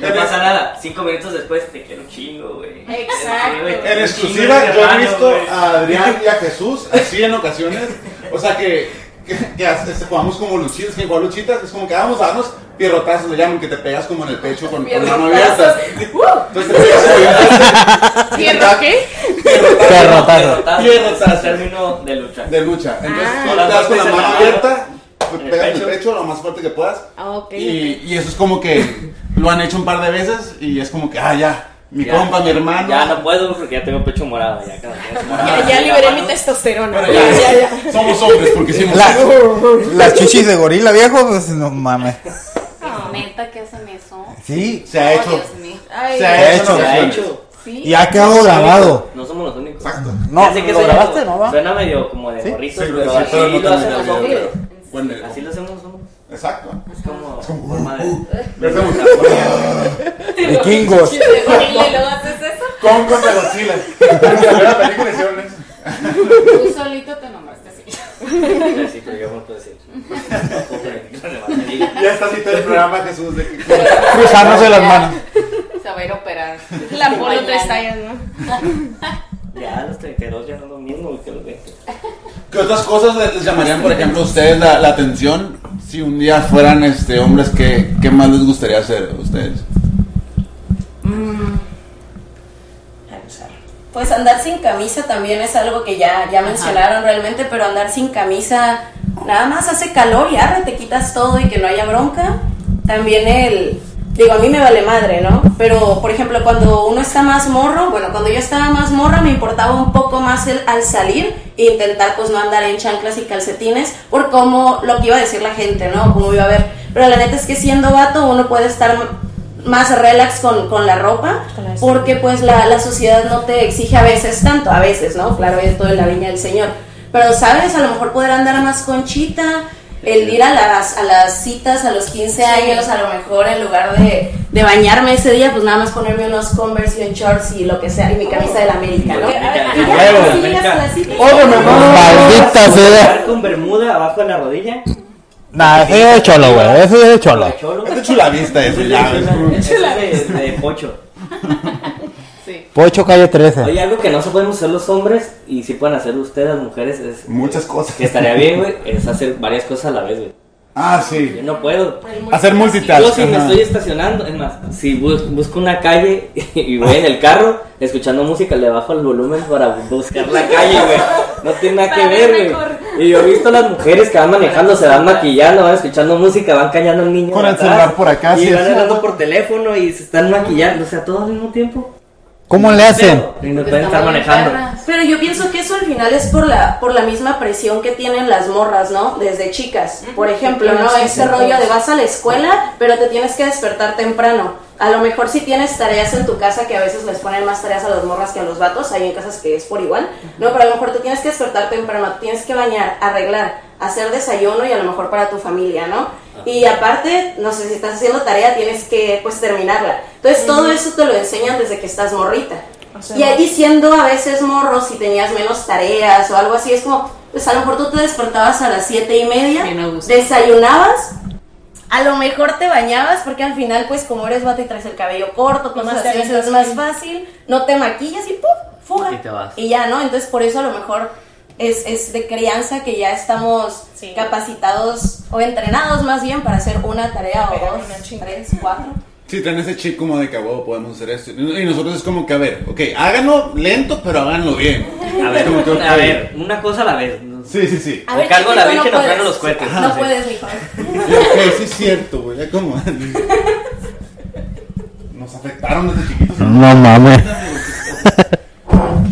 E: No pasa nada. Cinco minutos después te quiero un chingo, güey.
F: Exacto.
E: Sí, güey, te
C: En
E: quiero un chingo,
C: exclusiva,
E: eres
C: yo he
E: hermano,
C: visto
E: güey.
C: a Adrián y a Jesús así en ocasiones. O sea que, que, que hace- este, jugamos como luchitas, que jugar luchitas, es como que "Ah, vamos a darnos pierrotazos, le llaman, que te pegas como en el pecho con, con la mano abierta. Entonces te pegas
F: Uh, ¿Pierro qué?
B: Perrotazo.
C: Pierrotazo.
E: Es término de lucha.
C: de lucha. Entonces
E: Ah.
C: tú te das con la mano abierta,
E: En el
C: pegas en Ah, el
E: pecho.
C: pecho lo más fuerte que puedas.
H: Ah, ok.
C: Y, y eso es como que lo han hecho un par de veces y es como que, ah, ya, mi
E: Ya.
C: compa, mi hermano.
E: Ya no puedo porque ya tengo pecho morado. Ya, cada vez morado.
F: Ya, ya liberé mi testosterona.
C: Pero ya, Somos hombres porque hicimos
B: [laughs] La- las chichis de gorila, viejo, pues no mames.
H: Neta que hacen eso.
B: Sí.
C: Se ha
H: Oh,
C: hecho.
H: Dios mío.
F: Ay,
C: Se ha hecho.
E: Se ha
C: en
E: hecho.
H: Sí.
B: Y ha quedado grabado.
E: No somos los únicos.
C: Exacto.
B: No,
E: Ya sé que
B: lo
E: suena
B: grabaste,
E: como-
B: ¿no? Va?
E: Suena medio como de
B: Sí.
E: morritos,
C: Sí,
E: pero
C: sí,
E: así
C: pero no
E: lo hacen los
C: termina el video,
E: hombres.
C: pero- Bueno,
E: Así lo hacemos los hombres.
C: exacto.
E: Es como.
C: Es como-
E: forma de-
C: Lo hacemos.
E: [laughs]
B: Vikingos.
F: horrible, luego
H: haces eso?
C: Con contra Godzilla. En [laughs] la película hicieron eso.
H: Tú solito te nombraste así.
E: Sí, pero yo no puedo decir. No,
C: Ya está así todo el programa Jesús de [laughs] que.
B: Cruzándose las manos.
H: Se va a ir a operar.
F: La polo
H: Bailando.
F: te estallas, ¿no?
E: Ya, los 32 ya no es lo mismo que los 20.
C: ¿Qué otras cosas les, les llamarían, por ejemplo, a ustedes la, la atención? Si un día fueran este, hombres, ¿qué, ¿qué más les gustaría hacer a ustedes?
G: Pues andar sin camisa también es algo que ya, ya mencionaron realmente, pero andar sin camisa nada más hace calor y arre, te quitas todo y que no haya bronca. También el, digo, a mí me vale madre, ¿no? Pero, por ejemplo, cuando uno está más morro, bueno, cuando yo estaba más morra me importaba un poco más el al salir e intentar pues no andar en chanclas y calcetines por cómo lo que iba a decir la gente, ¿no? Cómo iba a ver. Pero la neta es que siendo vato uno puede estar más relax con, con la ropa,
F: Con la vestimenta.
G: porque pues la, la sociedad no te exige a veces tanto, a veces, ¿no? Claro, es todo en la viña del Señor. Pero, ¿sabes? A lo mejor poder andar más conchita, el ir a las, a las citas a los 15 años, a lo mejor en lugar de, de bañarme ese día, pues nada más ponerme unos Converse y un shorts y lo que sea, y mi camisa del América, ¿no? pues,
F: si llegas a la cita-
B: Maldita sea.
E: Con bermuda abajo de la rodilla.
B: Nah, eso es de cholo, güey. Eso es de cholo.
E: Cholo.
C: Es de chulavista eso, ya. ves, como-
E: Ese Es de, de pocho.
H: Sí.
B: Pocho calle 13.
E: Oye, algo que no se pueden hacer los hombres y sí pueden hacer ustedes las mujeres es
C: Muchas cosas.
E: que estaría bien, güey, es hacer varias cosas a la vez, güey.
C: Ah,
E: Yo
C: sí.
E: no puedo.
C: Hacer
E: Yo
C: multitask.
E: si me
C: ajá.
E: estoy estacionando, es más, si bus- busco una calle [laughs] y voy en el carro escuchando música, le bajo el volumen para buscar la calle, güey. No tiene nada que
H: Para ver
E: ver,
H: mejor.
E: güey. Y yo he visto las mujeres que van manejando, se van maquillando, van escuchando música, van callando al niño.
C: Con
E: de
C: el
E: atrás,
C: celular por acá,
E: Y
C: sí,
E: van
C: sí.
E: hablando por teléfono y se están maquillando, o sea, todo al mismo tiempo.
B: ¿Cómo le hacen?
E: Pero, y no
H: Porque
E: pueden estar
H: estamos bien
E: manejando.
H: perras.
G: Pero yo pienso que eso al final es por la, por la misma presión que tienen las morras, ¿no? Desde chicas. Por ejemplo, ¿no?
F: Sí,
G: Ese
F: sí,
G: rollo
F: sí.
G: de vas a la escuela, pero te tienes que despertar temprano. A lo mejor si tienes tareas en tu casa, que a veces les ponen más tareas a las morras que a los vatos, hay en casas que es por igual, ¿no? Pero a lo mejor te tienes que despertar temprano, te tienes que bañar, arreglar, hacer desayuno y a lo mejor para tu familia, ¿no?
H: Ah.
G: Y aparte, no sé, si estás haciendo tarea, tienes que pues terminarla. Entonces todo eso te lo enseñan desde que estás morrita.
F: O sea,
G: Y ahí siendo a veces morro, si tenías menos tareas o algo así, es como, pues a lo mejor tú te despertabas a las siete y media,
H: Bien a gusto.
G: desayunabas, a lo mejor te bañabas, porque al final, pues como eres vato y traes el cabello corto, cosas
F: Más te
G: así,
F: avisas,
G: es más
F: sí.
G: fácil, no te maquillas y ¡pum! fuga.
E: Y te vas.
G: ya, ¿no? Entonces por eso a lo mejor es, es de crianza que ya estamos
F: Sí.
G: capacitados o entrenados más bien para hacer una tarea
F: Pero
G: o
F: una
G: dos,
F: chinga.
G: tres, cuatro.
C: Sí, traen ese chip como de que, "Wow, podemos hacer esto. Y nosotros es como que, a ver, ok, háganlo lento, pero háganlo bien.
E: A ver,
C: Como que, ok.
E: a ver, una cosa a la vez. ¿no?
C: Sí, sí, sí.
E: O cargo la
G: chiquito,
E: virgen o
G: puedes.
E: freno los cohetes.
G: No
E: Sí.
G: puedes, mijo.
C: Ok, sí es cierto, güey. ya como- Nos afectaron desde
E: [laughs]
C: chiquitos.
B: No mames.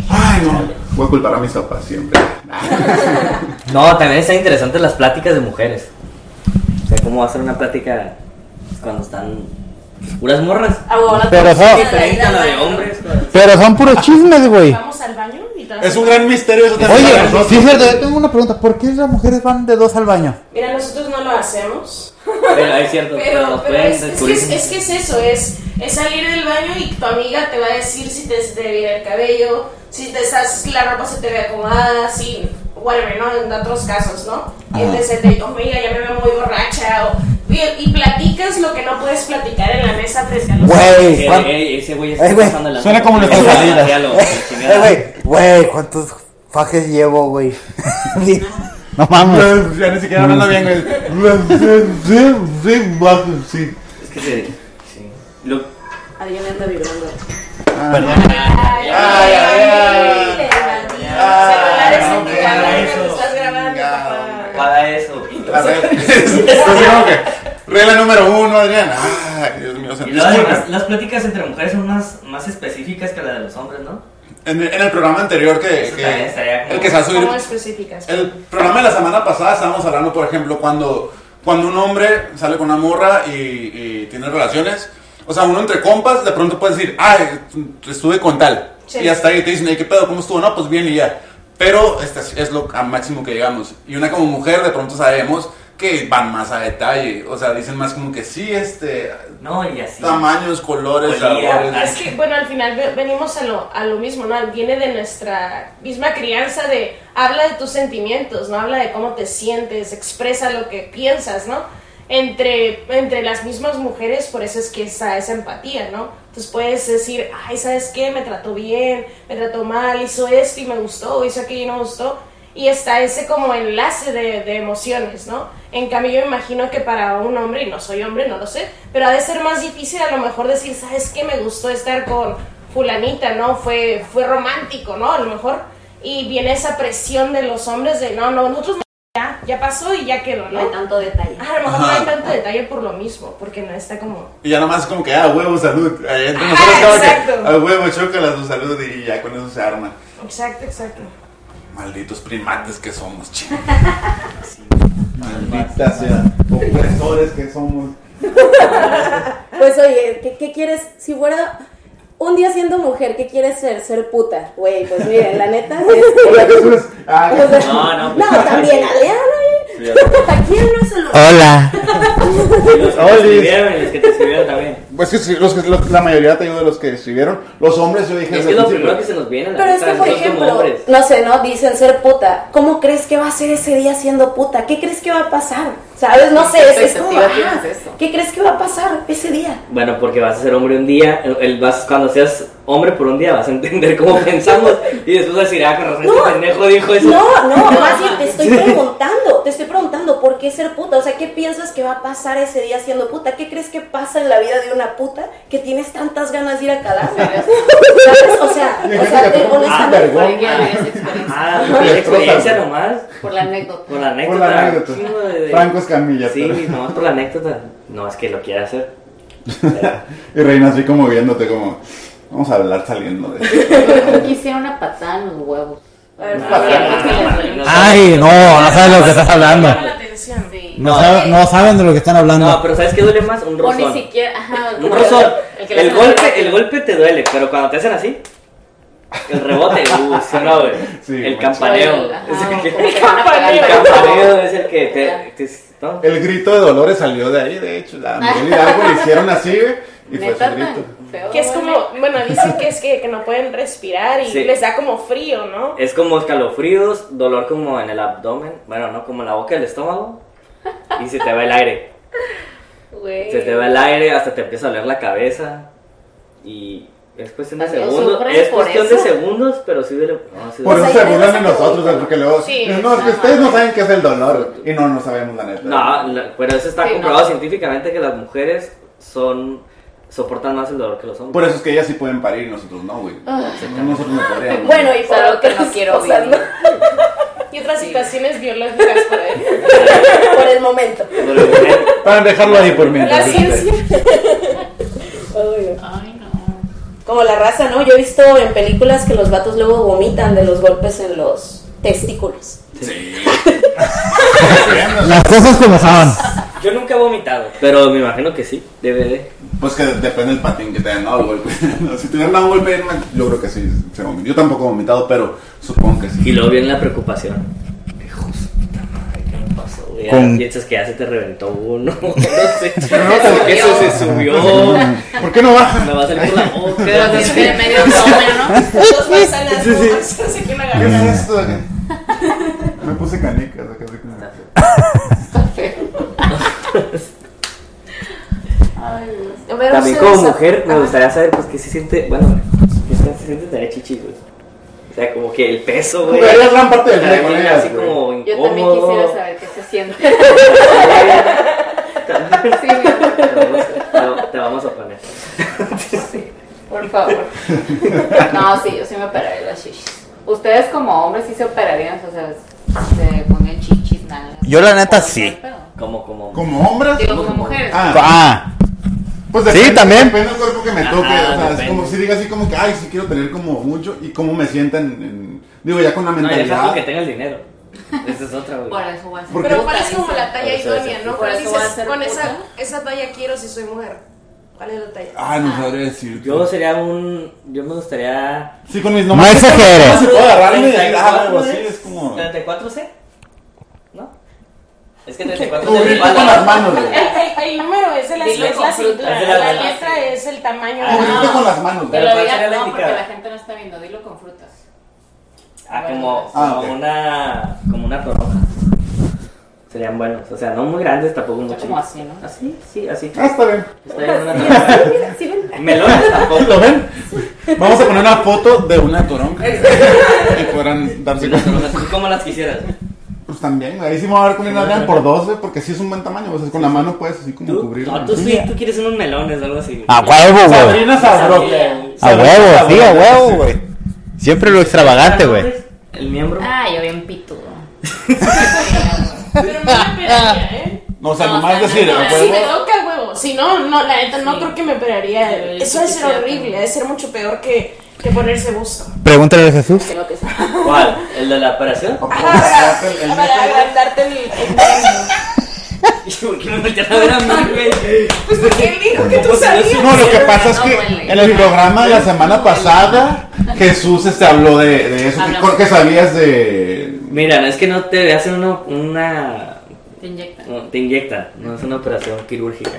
C: Ay, no. Voy a culpar a mis papás siempre.
E: No, también están interesantes las pláticas de mujeres. O sea, cómo hacer una plática cuando están puras morras.
F: Ah,
B: Pero son,
E: Diferente a la de hombres.
B: pero son puros chismes, güey.
F: Vamos al baño y te vas
C: Es
F: al
C: un
F: baño.
C: gran misterio eso también.
B: Oye,
C: para nosotros.
B: sí es cierto, yo tengo una pregunta. ¿Por qué las mujeres van de dos al baño?
F: Mira, nosotros no lo hacemos.
E: Pero es cierto, pero
F: Pero,
E: los
F: pero
E: pueden
F: es, es que
E: descubrir.
F: es, es que es eso, es, es salir del baño y tu amiga te va a decir si te se te viene el cabello, si te estás, la ropa se te ve acomodada, si, whatever, ¿no? En otros casos, ¿no? Y
B: Ajá.
F: entonces te digo, mira, ya me veo muy borracha, o, y, y platicas lo que no puedes platicar en la mesa frente a los
E: Eh,
B: Güey, ¿cuán-
E: eh, ese güey
B: Eh,
E: está
B: güey,
E: pasando la
C: suena como nuestra
E: Ya,
C: salida.
E: ya lo-
B: eh, güey, güey, ¿cuántos fajes llevo, güey? [laughs] Sí. No mames.
C: Ya ni siquiera hablando bien, güey. Sí.
E: Es que se- sí. Lo-
G: Alguien anda vibrando.
F: Ay,
C: Ay, ay, ay.
F: Celulares
C: Ay,
F: en tu
C: no,
F: cámara,
E: eso.
F: lo estás grabando,
C: Chingado,
F: papá.
E: para eso.
C: La regla. Entonces, como que, Regla número uno, Adrián. Ay, Dios mío,
E: Y
C: santo.
E: luego,
C: Disculpa.
E: además, las pláticas entre mujeres son más, más específicas que las de los hombres, ¿no?
C: En, en el programa anterior que,
E: Eso
C: que-
E: también estaría como-
C: el que se va a subir,
F: ¿Cómo especificas?
C: el programa de la semana pasada estábamos hablando, por ejemplo, cuando, cuando un hombre sale con una morra y, y tiene relaciones, o sea, uno entre compas de pronto puede decir, ay, estuve con tal,
F: Sí.
C: y hasta ahí te dicen, "Ey, ¿qué pedo? ¿Cómo estuvo? No, pues bien y ya. Pero este es- es lo a máximo que llegamos. Y una como mujer de pronto sabemos que van más a detalle, o sea, dicen más como que sí, este,
E: No, y así.
C: tamaños, colores,
E: Olía,
C: sabores.
F: Es que, bueno, al final ve- venimos a lo, a lo mismo, ¿no? Viene de nuestra misma crianza de habla de tus sentimientos, ¿no? Habla de cómo te sientes, expresa lo que piensas, ¿no? Entre, entre las mismas mujeres, por eso es que está esa empatía, ¿no? Entonces puedes decir, ay, ¿sabes qué? Me trató bien, me trató mal, hizo esto y me gustó, hizo aquello y no me gustó. Y está ese como enlace de, de emociones, ¿no? En cambio, yo me imagino que para un hombre, y no soy hombre, no lo sé, pero ha de ser más difícil a lo mejor decir, ¿sabes qué? Me gustó estar con fulanita, ¿no? Fue, fue romántico, ¿no? A lo mejor. Y viene esa presión de los hombres de, no, no, nosotros no, ya, ya pasó y ya quedó,
G: No hay
F: ¿no?
G: tanto detalle.
F: Ah, a lo mejor no
C: Ajá.
F: hay tanto detalle por lo mismo, porque no está como...
C: Y ya nomás como que, ah, huevo, salud. Eh, Entre
F: Ah,
C: nosotros como
F: exacto.
C: que, ah, huevo, chocolate, su salud. Y ya con eso se arma.
F: Exacto, exacto.
C: Malditos primates que somos, chicos.
E: Más- más-
C: Opresores que somos.
G: Pues oye, ¿qué, qué quieres? Si fuera un día siendo mujer, ¿qué quieres ser? Ser puta, güey. Pues miren, la
E: [laughs]
G: neta. este,
C: Ah,
G: o [laughs] sea,
E: No, no, pues-
G: no, también a Leana,
E: Sí,
G: ¿eh? ¿A quién no se lo
B: Hola.
E: Y los que te
C: Olis.
E: escribieron y los que te escribieron también.
C: Pues que sí, los que, los- la mayoría te digo de los que escribieron, los hombres yo dije
E: Es que es
C: desde el
E: lo
C: principio,
E: primero que se nos viene a la
G: Pero es
E: cabeza
G: que, por
E: nosotros como
G: ejemplo,
E: hombres.
G: no sé, ¿no? Dicen ser puta. ¿Cómo crees que va a ser ese día siendo puta? ¿Qué crees que va a pasar? ¿Sabes? No sé,
H: ¿Qué
G: es, es como,
H: expectativa
G: ah,
H: tienes eso?
G: ¿qué crees que va a pasar ese día?
E: Bueno, porque vas a ser hombre un día, el, el- vas, cuando seas hombre por un día vas a entender
G: [laughs]
E: cómo pensamos y después vas a decir, ah, con razón, este
G: No.
E: pendejo dijo eso.
G: No, no, más bien te estoy preguntando, te estoy preguntando por qué ser puta, o sea, ¿qué piensas que va a pasar ese día siendo puta? ¿Qué crees que pasa en la vida de una puta que tienes tantas ganas de ir a cadáveres? ¿Sabes? O sea,
C: Y hay
G: o
C: gente
G: sea,
C: que
G: te,
C: toma-
G: honestamente,
C: Ah,
H: Alguien había esa experiencia.
G: [laughs]
E: Ah, por la experiencia nomás,
H: Por la anécdota.
E: por la
C: Por
E: anécdota.
C: la anécdota.
E: Chingo de- de-
C: Franco Escamilla.
E: Sí,
C: pero-
E: nomás por la anécdota. No, es que lo quiera hacer.
G: [laughs]
E: Pero-
C: Y Reina así como viéndote como, vamos a hablar saliendo de esto.
H: Yo quisiera una patada en los huevos.
G: a ver,
E: No, no, no,
B: Ay, no, no sabes lo que estás hablando.
F: Llama la atención.
B: No, eh. sabe- no saben de lo que están hablando.
E: No, pero ¿sabes qué duele más? Un
H: O ni
E: rozón.
H: siquiera. Ajá,
E: Un rozón.
H: El, que le
E: El
H: hacen
E: golpe,
H: rápido.
E: el golpe te duele, pero cuando te hacen así, el
C: [laughs]
E: rebote, uh, eso no, güey.
C: Sí,
E: el
C: macho.
E: campaneo. [laughs]
H: Ajá,
E: Es el,
H: como que
E: que,
H: te van a pegar
E: el
H: en la
E: campaneo es el que te. te- no.
C: El grito de Dolores salió de ahí, de hecho. La Miguel Hidalgo le hicieron así, güey, y fue
H: Neta
C: su
H: tan
C: grito.
H: feo.
F: Que es como, bueno, dicen que es que, que no pueden respirar y
E: Sí.
F: les da como frío, ¿no?
E: Es como escalofríos, dolor como en el abdomen, bueno, no como en la boca, el estómago, y se te va el aire.
H: Güey.
E: Se te va el aire, hasta te empieza a doler la cabeza. Y es cuestión de
H: Adiós,
E: segundos.
H: ¿sufres
E: Es
H: por
E: cuestión
H: eso?
E: de segundos, pero sí duele. No, sí
C: Por
E: duele.
C: eso
G: ahí
C: se
G: te vas
C: burlan de
G: a
C: nosotros,
G: preguntar.
C: güey, porque luego.
F: Sí,
C: no, es que
H: ajá.
C: ustedes no saben qué es el dolor. Y no, no sabemos la neta.
E: No, la- pero eso está
H: Sí,
E: comprobado
H: no.
E: científicamente que las mujeres son soportan más el dolor que los hombres.
C: Por eso es que ellas sí pueden parir y nosotros no, güey.
E: Ah.
C: Nosotros no podríamos.
G: bueno, y por
H: Solo que
G: otras
H: no quiero
G: cosas,
H: vivir.
F: Y otras situaciones biológicas por [laughs] ahí.
G: ¿no? por el momento.
E: Pero el
C: [laughs]
E: hombre-
C: Para dejarlo ahí por
F: La
C: mientras.
F: ciencia.
H: Ay, no.
G: Como la raza, ¿no? Yo he visto en películas que los vatos luego vomitan de los golpes en los testículos.
B: Las cosas como saben.
E: Yo nunca he vomitado, pero me imagino que sí, debe de.
C: Pues que depende del patín que te hayan dado el golpe. [laughs] No, si te hubieran dado un golpe, no, yo creo que sí. se vomitó. Yo tampoco he vomitado, pero supongo que sí.
E: Y luego viene la preocupación. Hijos de puta madre, ¿qué me pasó? güey?
B: Con-
E: Ya piensas que ya se te reventó uno, [laughs] no sé.
C: Pero no te-
E: que eso se subió.
C: ¿Por qué no baja?
E: Me va a salir por la
H: Pero
E: boca.
H: desde medio abdomen, ¿no?
F: Dos manzanas, [laughs] dos así que una
C: ¿Qué es
E: [laughs]
F: garganta.
C: esto? Me puse canicas. acá así como-
F: Pero
E: También
F: se
E: como
F: desa-
E: mujer me
F: Ajá.
E: gustaría saber pues qué se siente, bueno, qué se siente tener chichis, güey. O sea, como que el peso, güey.
C: Pero es gran parte del
E: También
C: juego,
E: así
C: güey.
E: como
H: Yo también
E: incómodo.
H: quisiera saber qué se siente. [laughs]
E: [laughs]
H: Sí,
E: Te vamos a- Te vamos a poner.
H: por favor. No, sí, yo sí me operaría las chichis. Ustedes como hombres sí se operarían, o sea, se ponen chichis, nada.
B: Yo la neta sí.
E: Como, como.
C: ¿Como hombres?
H: Digo, como mujeres.
C: Ah,
B: Ah,
C: pues
B: Sí,
C: depende,
B: también.
C: Depende del cuerpo que me toque.
E: Ajá,
C: o sea, es
E: depende.
C: como si diga así como que, ay, sí quiero tener como mucho y cómo me sientan. en- digo, ya con la
E: No, y deja tú que
C: mentalidad.
E: tenga el dinero. Esa es otra, güey.
H: Por eso voy a ser
C: ¿Por
F: Pero
C: qué?
F: cuál es como la
E: Por
F: talla
E: eso
F: idónea,
E: es-
F: ¿no?
H: por
F: ¿Cuál
H: eso va a
F: dices,
H: ser
F: con
H: puta.
F: esa, esa talla quiero si soy mujer? ¿Cuál es la talla?
C: Ah, no sabría decir.
E: Yo sería un. Yo me gustaría.
C: Sí, con mis
B: No
C: nombres.
B: exageres.
C: No se puede agarrar ni de ahí, ah,
E: 34,
C: algo así,
E: ¿eh?
C: es como.
E: 34C? ¿No? Es que 34 es
C: Cubrirte con las manos, güey.
F: El, el- el número es de la,
H: Dilo
F: es la
H: con
F: cintura,
E: frutas.
F: la, letra es el tamaño.
C: Cubrirte con las manos,
E: Ah.
C: güey.
E: Pero
H: Pero
E: ¿cuál
H: diga,
E: sería la
H: no, porque
E: indicada?
H: la gente no está viendo, dilo con frutas.
E: Ah,
H: pues,
E: como,
C: Ah,
E: como
C: ok.
E: una. Como una toronja. Serían buenos. O sea, no muy grandes, tampoco muy
H: Como
E: chicos.
H: así, ¿no?
E: Así, sí, así.
C: Ah, está bien.
E: Está bien, una toronja.
G: ¿Sí ven?
E: Melones tampoco.
C: ¿Lo ven? Vamos a poner una foto de una toronja.
E: [laughs]
C: y podrán darse
E: Las
C: cuenta.
E: toronjas, así como las quisieras.
C: Pues también, ahí sí me voy a ver con una gran por dos, güey, porque sí es un buen tamaño. O sea, con la mano puedes así como
E: ¿Tú?
C: cubrirla.
E: No, tú sí, tú quieres unos melones o algo así.
B: a huevo, güey.
C: Sabrina Sabroca.
B: A huevo, sí, a huevo, güey. Siempre lo extravagante, güey.
E: El miembro.
H: Ah, yo bien pitudo.
F: Pero no la operaría, ¿eh?
C: No, o sea,
H: No,
C: nomás
H: o sea,
C: decir,
H: no,
C: a
H: no,
F: Si
C: huevo.
F: me toca huevo. Si no, no, la neta, no creo que me operaría.
H: Sí,
F: Eso debe
H: sí,
F: ser
H: sí,
F: horrible,
H: también.
F: debe ser mucho peor que, que ponerse busto.
B: Pregúntale a Jesús.
H: Creo que sí.
E: ¿Cuál? ¿El de la operación?
C: O
F: Ajá,
C: para- el- el-
F: para, para agrandarte el, el miembro.
E: ¿Por qué me voltean a ver a mí,
H: [laughs]
E: güey?
F: Pues porque él dijo que tú sabías.
C: No, lo que pasa es
H: No,
C: que
H: huele.
C: en el programa de la semana pasada Jesús este, habló de, de eso.
H: Hablamos.
C: ¿Qué, qué sabías de...?
E: Mira, no es que no te hacen una, una.
H: Te inyectan.
E: no, Te inyectan, no es una operación quirúrgica.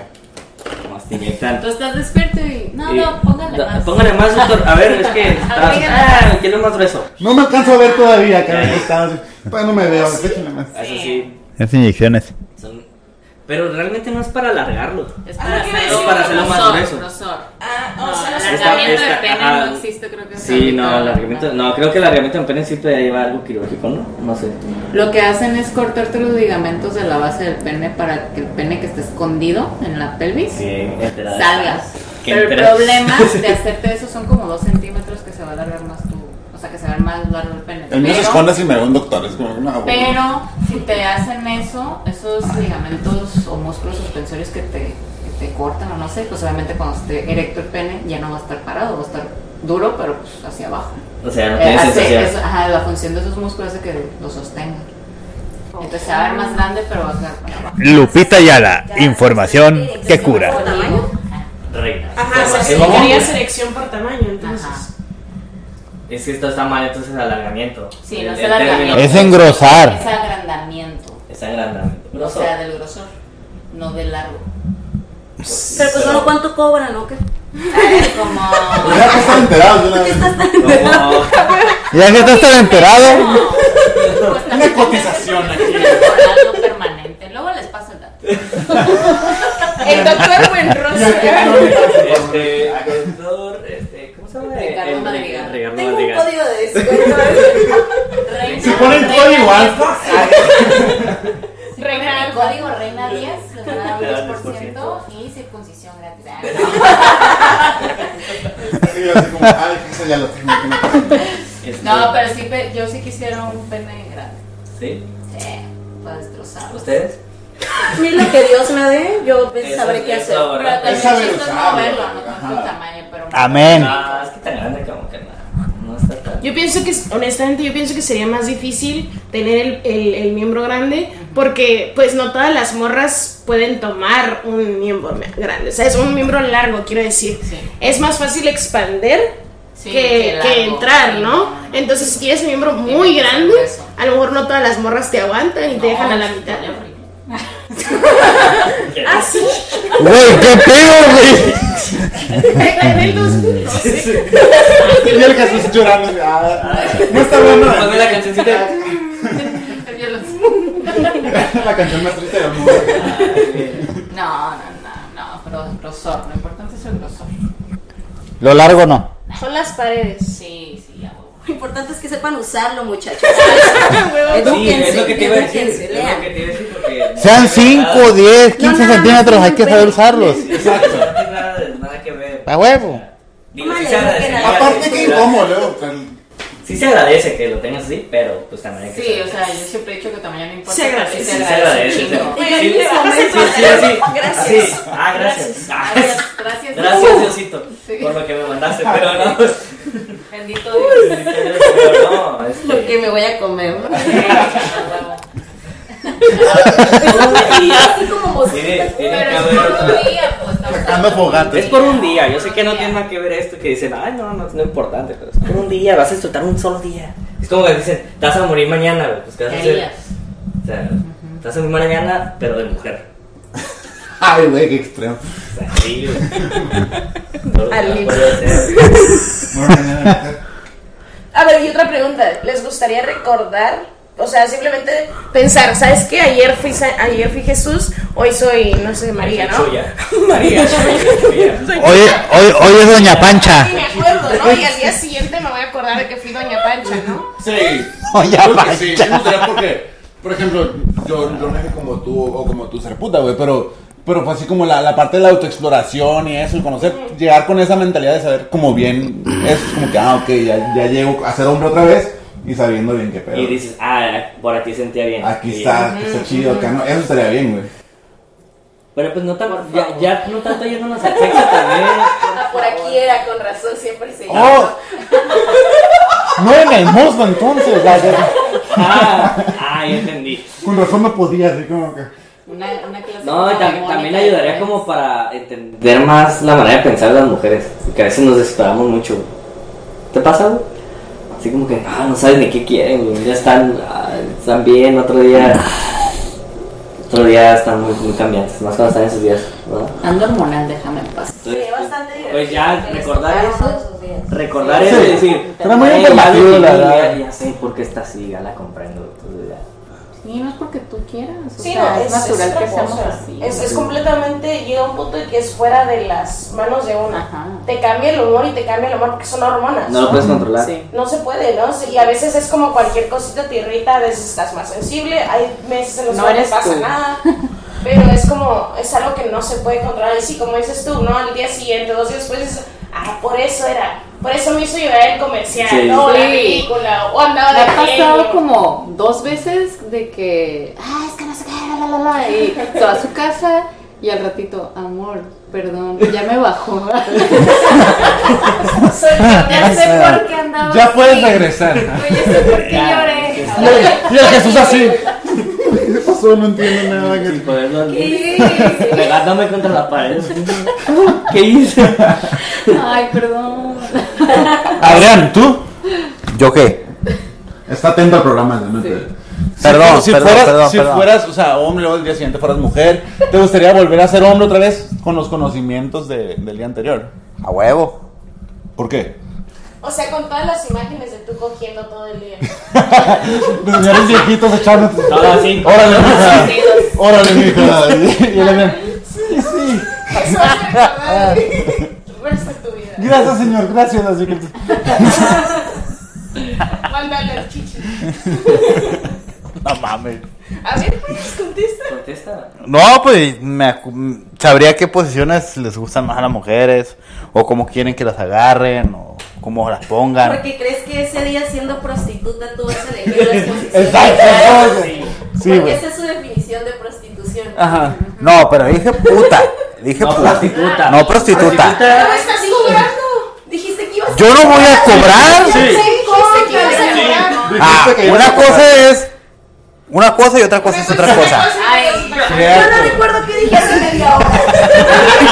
E: Más te inyectan.
H: Tú estás despierto y. No, no, póngale
E: Da-
H: más.
E: Póngale más, doctor. A ver, es
H: [laughs]
E: que. está-
H: Agrégale
E: Ah, quiero más grueso.
C: No me alcanzo a ver todavía,
E: [laughs]
C: cabrón. estaba- Pues no me veo. déjenme más.
E: Eso sí.
B: Es inyecciones.
E: son- Pero realmente no es para alargarlo.
H: Es
F: Ah,
H: para
F: ¿qué iba a
H: hacerlo,
F: decir?
H: para hacerlo más grueso.
F: Ah,
H: No,
F: o sea,
H: el
F: los
E: Está-
H: alargamiento de
E: está-
H: pene
E: ajá.
H: no existe, creo que
E: Sí, no,
H: ahorita.
E: alargamiento. No, creo que el alargamiento en pene siempre lleva algo quirúrgico, ¿no? No sé.
H: Lo que hacen es cortar tus ligamentos de la base del pene para que el pene que está escondido en la pelvis
E: Que enterada
H: salgas.
E: estás. Que
H: Pero el
E: enterada-
H: problema de hacerte eso son como dos centímetros que se va a alargar más tu. O sea, que se va a ver más largo el pene.
C: El mío se
H: Pero-
C: esconde si me ve un doctor. Es como una
H: Pero si te hacen eso, esos ligamentos o músculos suspensorios que te, que te cortan o no sé, pues obviamente cuando esté erecto el pene ya no va a estar parado, va a estar duro, pero pues hacia abajo.
E: [laughs] O sea, no
H: Eh,
E: tiene
H: hace
E: sensación.
H: eso- ajá, la función de esos músculos hace que lo sostenga. Entonces se va a ver más grande, pero va a quedar para abajo.
B: Lupita Yala, información que
G: ¿Por
B: cura.
G: tamaño?
E: Reina.
F: Ajá, o sea, si
E: Formación.
F: quería selección por tamaño, entonces.
H: Ajá.
E: Es que esto está mal, entonces el alargamiento.
H: Sí,
E: El-
H: no es
E: el
H: alargamiento.
E: término
B: Es engrosar.
H: Es agrandamiento.
E: Es agrandamiento.
H: O sea, del grosor, no del largo.
G: Pero pues solo cuánto cobran, ¿no? ¿Qué?
H: Como.
C: Ya que están enterados de una vez.
E: Como-
B: Ya que estás tan enterado.
C: Una cotización aquí.
H: Algo permanente. Luego les paso el dato.
F: El doctor
C: Ya que no
F: Buenrostro.
C: me pasa, por
E: Este,
C: favor.
E: doctor, este, ¿cómo se llama?
H: Ricardo
E: El- el-
H: Madrigal.
E: Ricardo
G: Tengo un
E: Madrigal.
G: código de descuento. ¿eh?
H: Reina-
C: Si ponen
H: reina
C: código
H: diez,
C: alfa.
H: si ponen
F: Reina
H: el
F: alfa.
H: código reina 10, les van a dar
E: Te dan
H: un 10%
E: 10%.
H: y circuncisión gratis.
C: Sí, yo así como, ay, eso ya lo tengo. que no pasa nada.
E: Este,
H: No, pero sí, pe- yo sí quisiera un pene grande.
E: ¿Sí?
H: Sí, para destrozar.
E: ¿Ustedes?
G: A mí lo que Dios me dé, yo pues,
E: Eso-
G: sabré qué
E: eso
G: hacer.
E: ahora.
H: Pero también
C: Es saber
H: chiste es
C: usarlo,
H: no verlo, no
C: ajá.
H: tanto el tamaño, pero.
B: Amén.
E: Ah, es que tan grande como que nada. No está tan.
F: Yo pienso que, honestamente, yo pienso que sería más difícil tener el, el- el miembro grande porque, pues, no todas las morras pueden tomar un miembro me- grande. O sea, es un miembro largo, quiero decir.
H: Sí.
F: Es más fácil expander
H: Sí,
F: que,
H: largo.
F: que entrar, ¿no? Entonces, si tienes miembro muy
H: que ser
F: grande,
H: grueso.
F: a lo mejor no todas las morras te aguantan y te
H: No,
F: dejan a la
H: sí,
F: mitad.
H: está horrible.
F: Ah, sí,
B: Güey, qué pedo, güey.
F: [laughs] en el 2012.
C: Y el Jesús llorando. así, ah, No está hablando de
E: Ponme la cancioncita.
H: [laughs] Yo lo-
C: la canción más triste del mundo.
H: No, no, no, no, pero grosor, lo importante es el grosor.
B: Lo largo no.
F: Son las paredes.
H: Sí, sí, ya huevo.
G: Lo importante es que sepan usarlo, muchachos.
E: [laughs] Sí,
G: Edúquense,
E: es lo que te iba a decir.
G: edúquense,
E: Es lo
G: lean.
E: que te iba a decir porque.
B: Sean 5, 10,
G: No,
B: 15
G: nada más
B: centímetros, hay que
G: tienen
B: saber
G: pene.
B: usarlos.
E: Exacto. No tiene nada, de- nada que ver.
B: A huevo.
E: Digo, sí
G: Vale,
E: se
G: no que
E: agradece. que-
G: nada.
C: Aparte que incómodo, luego. tan-
E: Sí se agradece que lo tengas así, pero pues también hay que.
H: Sí,
E: saber.
H: o sea, yo siempre he dicho que tamaño no importa.
F: Se
H: pero
F: agradece,
H: sí
E: Sí se agradece.
H: un chingo.
F: [laughs]
E: sí.
G: Oigan, ¿y les bajas el
E: Sí, sí, así.
G: Gracias.
E: Así. Ah, gracias. Ah,
H: Gracias, Uh. gracias.
E: Gracias, Diosito,
H: Sí.
E: por lo que me mandaste, pero no. [laughs] pues,
H: Bendito Dios.
E: Pero no, este,
G: Porque me voy a
F: [laughs]
G: comer. Así como mosquita.
E: tiene, tiene
H: Pero
E: que
H: es
E: haber
H: por un día, pues.
C: Sacando fogates.
E: Es por un día, yo sé que no tiene nada que ver esto que dicen, ay, no, no es no importante, pero es por un día, vas a disfrutar un solo día. Es como que dicen, te vas a morir mañana, güey, pues ¿qué vas a hacer? O sea, te vas a morir mañana, pero de mujer.
C: Ay, güey, qué extremo.
E: O sea, sí, güey. Todo lo que
F: Al
E: puede ser.
C: Bueno, mañana.
F: A ver, y otra pregunta. ¿Les gustaría recordar? O sea, simplemente pensar, ¿sabes qué? Ayer fui, Sa- ayer fui Jesús, hoy soy, no sé, María,
E: Soy
F: ¿no?
E: Chuya.
F: [laughs]
E: María. Chuya.
B: Hoy, hoy, hoy es Doña Pancha.
F: Y me acuerdo, ¿no? Y al día siguiente me voy a acordar de que fui Doña Pancha, ¿no?
C: [laughs] Sí.
B: Doña
C: Creo que
B: Pancha.
C: sí. Me gustaría porque, por ejemplo, yo, yo no sé como tú o como tú ser puta, güey, pero, pero fue así como la, la parte de la autoexploración y eso, y conocer, llegar con esa mentalidad de saber como bien, es como que, ah, ok, ya, ya llego a ser hombre otra vez y sabiendo bien qué pedo.
E: Y dices, ah, por aquí sentía bien.
C: Aquí
E: Y-
C: está, aquí está chido, acá no, eso estaría bien, güey.
E: Bueno, pues no tan, ya, ya no tanto yéndonos al sexo también.
G: Ah, Por aquí era, con razón, siempre se
B: Oh. No en el muslo entonces. la- la-
E: Ah, ah, ya entendí.
C: Con razón me podía, así como que.
H: Una, una clase
E: No, y
H: como
E: tam-
H: hegemónica
E: también
H: de
E: ayudaría
H: mujeres.
E: como para entender más la manera de pensar de las mujeres. Porque a veces nos desesperamos mucho. güey. ¿Te pasa, güey? Así como que, ah, no sabes ni qué quieren, güey. Ya están, ah, están bien, otro día. Otro día están muy, muy cambiantes, más cuando están en sus días, ¿no?
H: Ando hormonal, déjame en paz.
E: Entonces,
G: bastante
E: pues ya, recordar eso. Recordar
B: Sí.
E: eso y decir.
B: Era muy
E: "Ey,
B: informativo,
E: ya lo
B: la
E: viví,
B: verdad.
E: Ya, ya sé por qué está así, ya la comprendo. Entonces, ya.
H: Y no es porque tú quieras, o
F: Sí,
H: sea,
F: no,
H: es,
F: es,
H: natural
F: es
H: que
F: otra
H: seamos
F: cosa.
H: así.
F: Es, es completamente, llega un punto de que es fuera de las manos de uno.
H: Ajá.
F: Te cambia el humor y te cambia el amor porque son hormonas.
E: No lo puedes controlar.
H: Sí.
F: No se puede, ¿no? Sí, Y a veces es como cualquier cosita te irrita, a veces estás más sensible, hay meses en los
H: No
F: que no te
H: eres
F: pasa
H: tú.
F: nada. Pero es como, es algo que no se puede controlar. Y sí, como dices tú, ¿no? Al día siguiente, dos días después, dices, ah, por eso era, por eso me hizo llorar el comercial,
E: Sí.
F: o la
H: Sí.
F: película, o andaba
H: Me
F: de
H: ha pasado
F: riego.
H: como dos veces de que, ah, es que no sé qué, la, la, la, la", y se va a su casa y al ratito, amor, perdón, ya
F: [laughs]
H: me bajó.
G: Soy yo, ya sé por qué andaba.
B: Ya
G: así.
B: puedes regresar.
G: Yo ya sé por qué lloré.
B: Mira, Jesús así.
C: ¿Qué pasó? No entiendo nada.
E: Sin
C: que-
E: poderlo-
G: Sí.
E: Pegándome contra la
G: [laughs]
E: pared. ¿Qué hice?
H: Ay, perdón.
B: Adrián, ¿tú? ¿Yo qué?
C: Está atento al programa, ¿no?
B: Perdón,
I: si
B: perdón,
I: fueras,
B: perdón,
I: si
B: perdón.
I: fueras, o sea, hombre, luego el día siguiente fueras mujer, ¿te gustaría volver a ser hombre otra vez con los conocimientos de- del día anterior?
B: A huevo.
I: ¿Por qué?
F: O sea, con todas las imágenes de tú cogiendo todo el día.
I: Los señores viejitos echando.
E: Todo así.
I: Órale, mija. Órale, mija. Y él había, Sí, sí.
F: Eso vas a recordar el resto de tu vida.
I: Gracias, señor. Gracias. Así que-
F: Mándale al chichi.
B: No mames.
F: A ver, pues, contesta.
E: Contesta.
B: No, pues me acu- sabría qué posiciones les gustan más a las mujeres, o cómo quieren que las agarren, o cómo las pongan.
G: Porque crees que ese día siendo prostituta tú vas a
B: [laughs]
G: elegir las posiciones.
B: Exacto,
G: Claro,
B: sí. Sí,
G: Porque
B: güey.
G: esa es su definición de prostitución.
B: Ajá. No, pero dije puta. Dije
E: No
B: puta.
E: pues, prostituta.
B: No prostituta.
F: No me estás cobrando.
G: Dijiste que ibas
B: Yo no voy a cobrar.
F: Sí. Dijiste que ibas a cobrar.
B: Ah, una cosa es una cosa y otra cosa es otra cosa.
G: Ay,
I: Cierto.
G: yo no recuerdo qué dije hace
B: [laughs]
G: media hora.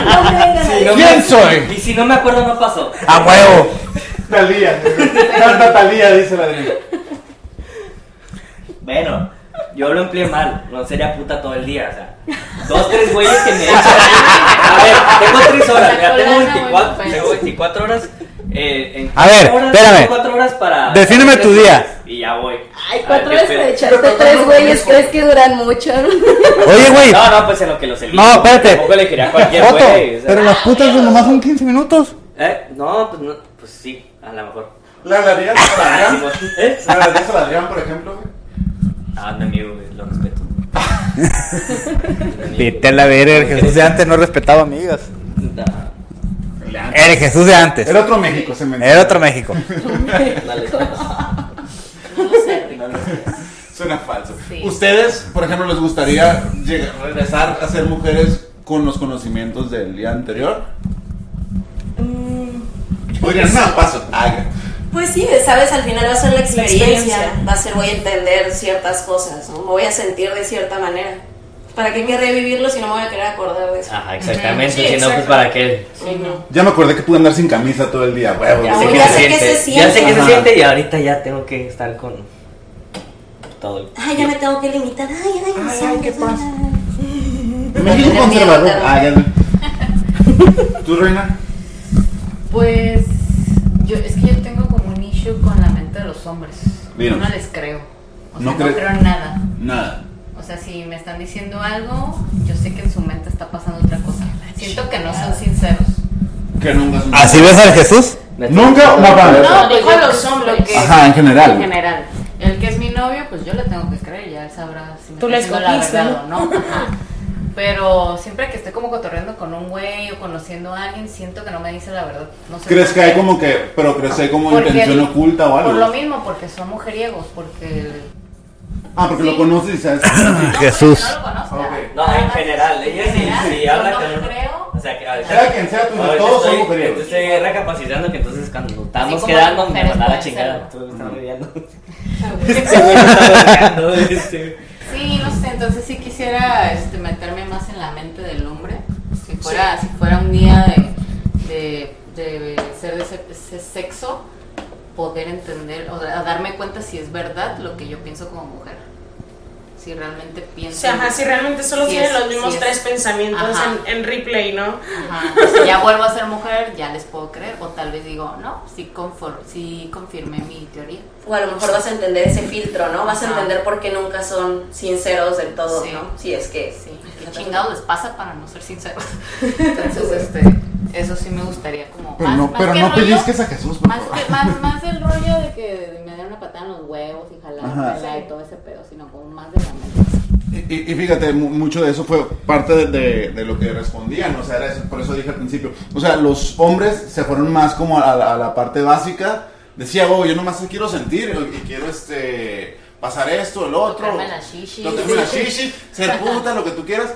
G: No me vengan a decir.
I: ¿Quién soy?
E: Y si no me acuerdo, no pasó.
B: A huevo.
C: Talía. Canta Talía, dice la de
E: Bueno, yo lo empleé mal. No sería puta todo el día, o sea. Dos, tres güeyes que me echan. A ver, tengo tres horas. Mira, tengo
G: pues.
E: 24, tengo 24 horas. eh, en
B: A ver,
E: cuatro horas,
B: espérame.
E: tengo cuatro horas para.
B: Defíneme
E: para
B: tu
E: tres
B: día.
E: güeyes. Y ya voy.
G: Ay,
E: A
G: cuatro
E: ver
G: horas
E: qué
G: para
E: pedo.
G: echarte tres güeyes, crees que duran mucho.
B: Oye, güey.
E: No, no, pues en lo que los elijo.
B: No, espérate.
E: Tampoco le quería a cualquier
B: Foto.
E: güey. o sea.
B: Pero las putas de nomás son 15 minutos.
E: ¿Eh? No, pues no, pues sí, a lo mejor.
C: ¿La hablarías a la
E: Ah, sí,
C: Adrián?
E: pues, ¿eh?
C: ¿La hablarías a la Adrián, por ejemplo? güey?
E: Ah, mi amigo, güey, lo
B: [laughs]
E: respeto.
B: Vete a la verga, el Jesús de antes no respetaba amigas.
E: No,
B: El Jesús de antes.
C: Era otro México, se me
B: Era otro México.
E: dale, dale.
C: Suena falso. ¿Ustedes, por ejemplo, les gustaría llegar- regresar a ser mujeres con los conocimientos del día anterior? Podrían, no, paso. Ah,
G: Pues sí, sabes, al final va a ser la experiencia.
F: experiencia.
G: Va a ser, voy a entender ciertas cosas, ¿no? Me voy a sentir de cierta manera. ¿Para qué me revivirlo si no me voy a querer acordar de eso?
E: Ajá, exactamente.
F: Sí,
E: si no, pues
F: exacto.
E: para qué.
C: ya me acordé que pude andar sin camisa todo el día, huevo.
G: Ya sé
C: Sí.
G: que se siente.
E: Ya sé que se
C: Ajá.
E: siente y ahorita ya tengo que estar con todo el.
G: Ay, ya me tengo que limitar. Ay, ay, ay, ¿qué pasa?
C: México
G: Tener
C: conservador.
G: miedo
C: Ah, ya. [laughs] ¿Tú, Reina?
H: Pues yo, es que yo tengo como un issue con la mente de los hombres.
C: Dinos.
H: Yo no les creo. O sea,
C: No
H: no,
C: cre-
H: creo en nada.
C: Nada.
H: O sea, si me están diciendo algo, yo sé que en su mente está pasando otra cosa. Siento que no son sinceros.
C: Que nunca es un-
B: ¿Así ves al Jesús?
C: Nunca una palabra.
F: No, dijo a los hombres.
H: Lo que-
C: Ajá, en general.
H: En general. El que es mi novio, pues yo le tengo que creer, ya él sabrá si me
F: Tú
H: está
F: le
H: diciendo la
F: escogiste,
H: verdad o no. Ajá. Pero siempre que estoy como cotorreando con un güey o conociendo a alguien, siento que no me dice la verdad. No sé
C: ¿Crees
H: por
C: que hay
H: qué.
C: como que, pero crees que hay como
H: Porque-
C: intención oculta o
H: Por lo
C: algo?
H: mismo, porque son mujeriegos, porque
C: Ah, porque lo conoces y sabes.
B: Jesús.
H: No lo conozco.
C: Ok.
E: No, en general, ella sí- sí habla
H: yo
E: con- [laughs]
H: no creo.
E: O sea, que ahorita.
C: Sea quien sea, pues,
E: ahorita
C: todos
E: estoy-
C: somos mujeriegos.
E: Estoy recapacitando que entonces cuando
H: Así
E: estamos
H: como
E: quedando
H: las
E: me
H: mujeres
E: mandaba la
H: pueden
E: chingada.
H: ser.
E: Tú me estás rodeando. Este güey me está rodeando, este.
H: Sí, no sé, entonces Entonces sí quisiera este, meterme más en la mente del hombre. Si fuera, si fuera un día de, de, de ser de ese, ese sexo, poder entender o da- darme cuenta si es verdad lo que yo pienso como mujer. Si realmente
F: O
H: pienso.
F: sea, ajá, si realmente solo
H: Sí
F: tienen
H: es,
F: los mismos
H: sí es.
F: tres pensamientos
H: Ajá.
F: en, en replay, ¿no?
H: Ajá, o sea, ya vuelvo a ser mujer, ya les puedo creer. O tal vez digo, no, sí, confor- sí confirmé mi teoría.
G: O a lo mejor vas a entender ese filtro, ¿no? Vas a
H: Ajá.
G: entender por qué nunca son sinceros del todo,
H: Sí.
G: ¿no? Si es que
H: Sí, ¿qué chingados les pasa para no ser sinceros? Entonces, [laughs] este, eso sí me gustaría como...
C: Pero
H: más-
C: no,
H: más
C: pero
H: que
C: no
H: rollo-
C: pellizques a Jesús, por
H: Más,
C: favor.
H: que- más, más el rollo de que me den una patada en los huevos y jalar,
C: Ajá.
H: jalar y todo ese pedo, sino como más de la mente.
C: Y, y- y fíjate, mu- mucho de eso fue parte de, de- de lo que respondían, o sea, era eso, por eso dije al principio, o sea, los hombres se fueron más como a la, a la parte básica, decía, oh, yo nomás quiero sentir y quiero este pasar esto, el otro,
H: Tocarme la shishi.
C: tocarme
H: [laughs]
C: la shishi, ser puta, lo que tú quieras.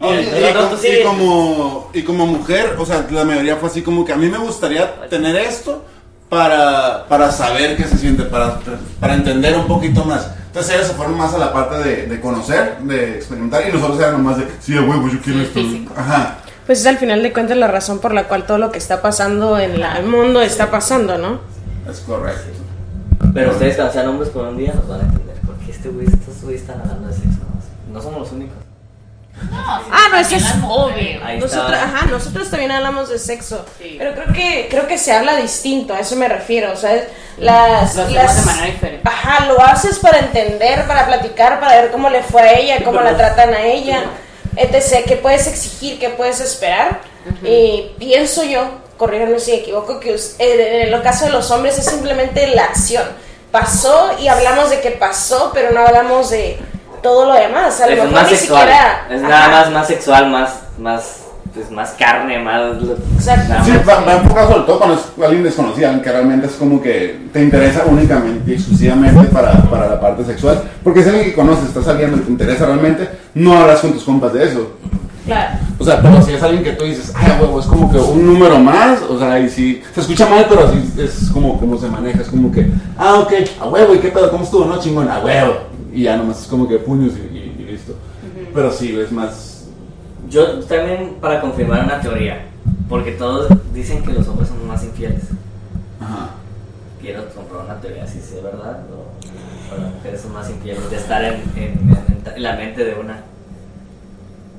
C: Y,
E: Y el-
C: y
E: el
C: com-
E: otro sí.
C: y como, y como mujer, o sea, la mayoría fue así como que a mí me gustaría tener esto para, para saber qué se siente, para, para entender un poquito más. Entonces ellos se fueron más a la parte de, de conocer, de experimentar, y nosotros éramos más de, sí, a huevo, yo quiero
H: Sí,
C: esto.
H: físico.
C: Ajá.
F: Pues es al final de cuentas la razón por la cual todo lo que está pasando en la- el mundo está pasando, ¿no?
C: Es correcto.
E: Pero ustedes cuando sean hombres por un día nos van a entender. Porque este güey, estos güeyes están hablando de sexo. No, no somos los únicos.
F: Ah, no, eso es
H: Las mujeres.
F: obvio.
E: Ahí está.
F: Nosotros, ajá, nosotros también hablamos de sexo,
H: Sí.
F: pero creo que creo que se habla distinto, a eso me refiero, o sea, es- las,
H: Lo hacemos
F: las-
H: de manera diferente.
F: Ajá, lo haces para entender, para platicar, para ver cómo le fue a ella, cómo
E: pero
F: la
E: no-
F: tratan a ella, etc. ¿Qué puedes exigir, qué puedes esperar? Y pienso yo, corrígeme si me equivoco, que us- en en el caso de los hombres es simplemente la acción. Pasó y hablamos de que pasó, pero no hablamos de todo lo demás. A lo
E: es
F: mejor
E: más
F: ni
E: sexual.
F: siquiera.
E: Es
F: ajá.
E: nada más, más sexual, más, más, pues, más carne, más. lo-
F: Exacto.
E: nada
C: Sí,
E: más.
C: va, va enfocado sobre todo cuando es alguien desconocido, alguien que realmente es como que te interesa únicamente y exclusivamente para, para la parte sexual. Porque es alguien que conoces, estás saliendo y te interesa realmente, no hablas con tus compas de eso.
F: Claro.
C: O sea, pero si es alguien que tú dices, ay, a huevo, es como que un número más, o sea, y si se escucha mal, pero así es como, como se maneja, es como que, ah, ok, a huevo, ¿y qué pedo? ¿Cómo estuvo? No, chingón, a huevo. Y ya nomás es como que puños y, y- y listo. Pero sí, es más.
E: Yo también para confirmar una teoría. Porque todos dicen que los hombres son más infieles.
C: Ajá.
E: Quiero comprobar una teoría si es verdad o, o las mujeres son más infieles de estar en, en- en- en la mente de una.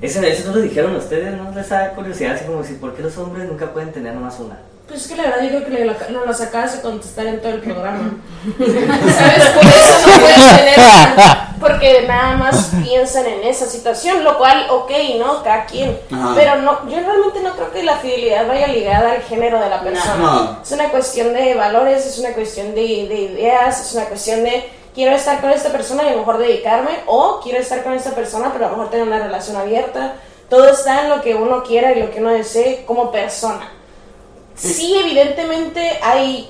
E: Eso, eso no lo dijeron ustedes, ¿no? Les da curiosidad, así como si, ¿por qué los hombres nunca pueden tener más una?
F: Pues es que la verdad yo creo que lo- no las acabas de contestar en todo el programa. [laughs]
D: ¿Sabes?
F: Por eso no puedes tener una, porque nada más piensan en esa situación, lo cual, ok, ¿no? Cada quien.
C: Ajá.
F: Pero no, yo realmente no creo que la fidelidad vaya ligada al género de la persona.
C: No.
F: Es una cuestión de valores, es una cuestión de, de ideas, es una cuestión de quiero estar con esta persona y a lo mejor dedicarme, o quiero estar con esta persona pero a lo mejor tener una relación abierta. Todo está en lo que uno quiera y lo que uno desee como persona. Sí, evidentemente hay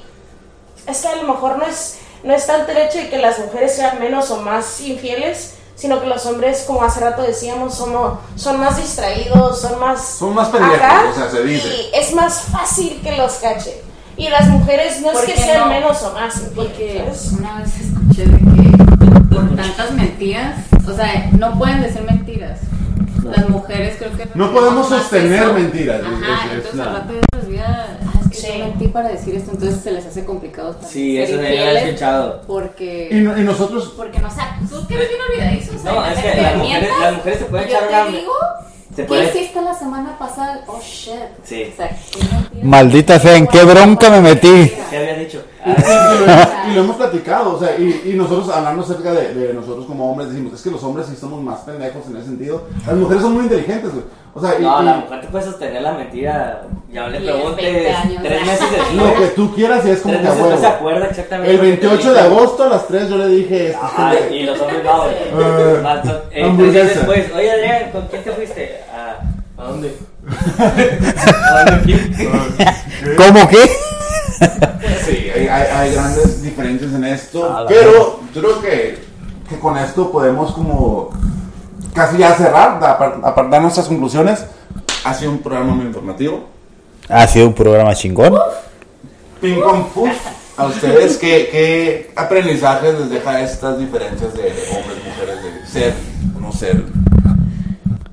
F: es que a lo mejor no es, no es tanto el hecho de que las mujeres sean menos o más infieles, sino que los hombres, como hace rato decíamos, son, son más distraídos, son más...
C: Son más pendejos,
F: Ajá,
C: o sea, se dice.
F: Y es más fácil que los cachen. Y las mujeres no es
H: ¿Por
F: que
H: qué
F: sean
H: no?
F: menos o más infieles.
H: Porque
F: ¿sabes?
H: una vez escuché de que por tantas mentiras, o sea, no pueden decir mentiras. Las mujeres creo que...
C: No podemos
H: más
C: sostener
H: eso.
C: mentiras, es-
H: Ajá,
C: es- es
H: entonces
C: la-
H: al rato ya se les olvida, ah, es que
F: Sí.
H: yo mentí para decir esto, entonces se les hace complicado estar-
E: Sí,
H: ser
E: eso ya lo
H: infieles
E: he escuchado.
H: Porque...
C: Y, no- y nosotros.
H: Porque no, o sea, tú que eres bien olvidadizo, o sea,
E: No, es que
H: te
E: las mujeres,
H: mientas,
E: las mujeres se pueden
H: yo
E: echar
H: te
E: una.
H: digo,
E: Se
H: ¿Qué
E: pueden.
H: hiciste la semana pasada? Oh shit.
E: Sí.
H: O sea, qué mentira.
B: Maldita sea, ¿en qué bronca me metí?
E: ¿Qué había dicho?
C: Y,
E: Ah,
C: y lo, y lo hemos platicado, o sea, y, y nosotros hablando acerca de, de nosotros como hombres, decimos, es que los hombres sí somos más pendejos en ese sentido. Las mujeres son muy inteligentes, güey. O sea, y,
E: No,
C: y
E: la mujer te puede sostener la mentira. Ya le
H: 10, 20
E: preguntes
H: años.
E: tres meses
C: lo que
E: después.
C: tú quieras y es pues, como
E: Tres
C: que a
E: meses después se
C: huevo.
E: acuerda exactamente.
C: El
E: lo que te
C: 28 de
E: dijo.
C: agosto a las 3 yo le dije esto.
E: Ajá, y los hombres no,
C: Eh,
E: güey. Más, no, eh, tres
C: hamburguesa.
E: días después, oye Adrián, ¿con quién te fuiste? ¿A, ¿a dónde? ¿A dónde quién?
B: ¿Cómo qué?
C: Sí, hay, hay- hay grandes diferencias en esto,
E: Ah, la
C: pero yo creo que, que con esto podemos como casi ya cerrar, apar- apartar nuestras conclusiones. Ha sido un programa muy informativo.
B: Ha sido un programa chingón.
C: Ping pong puff. A ustedes, ¿qué, qué aprendizajes les deja estas diferencias de hombres, mujeres? De...
I: ser o no ser.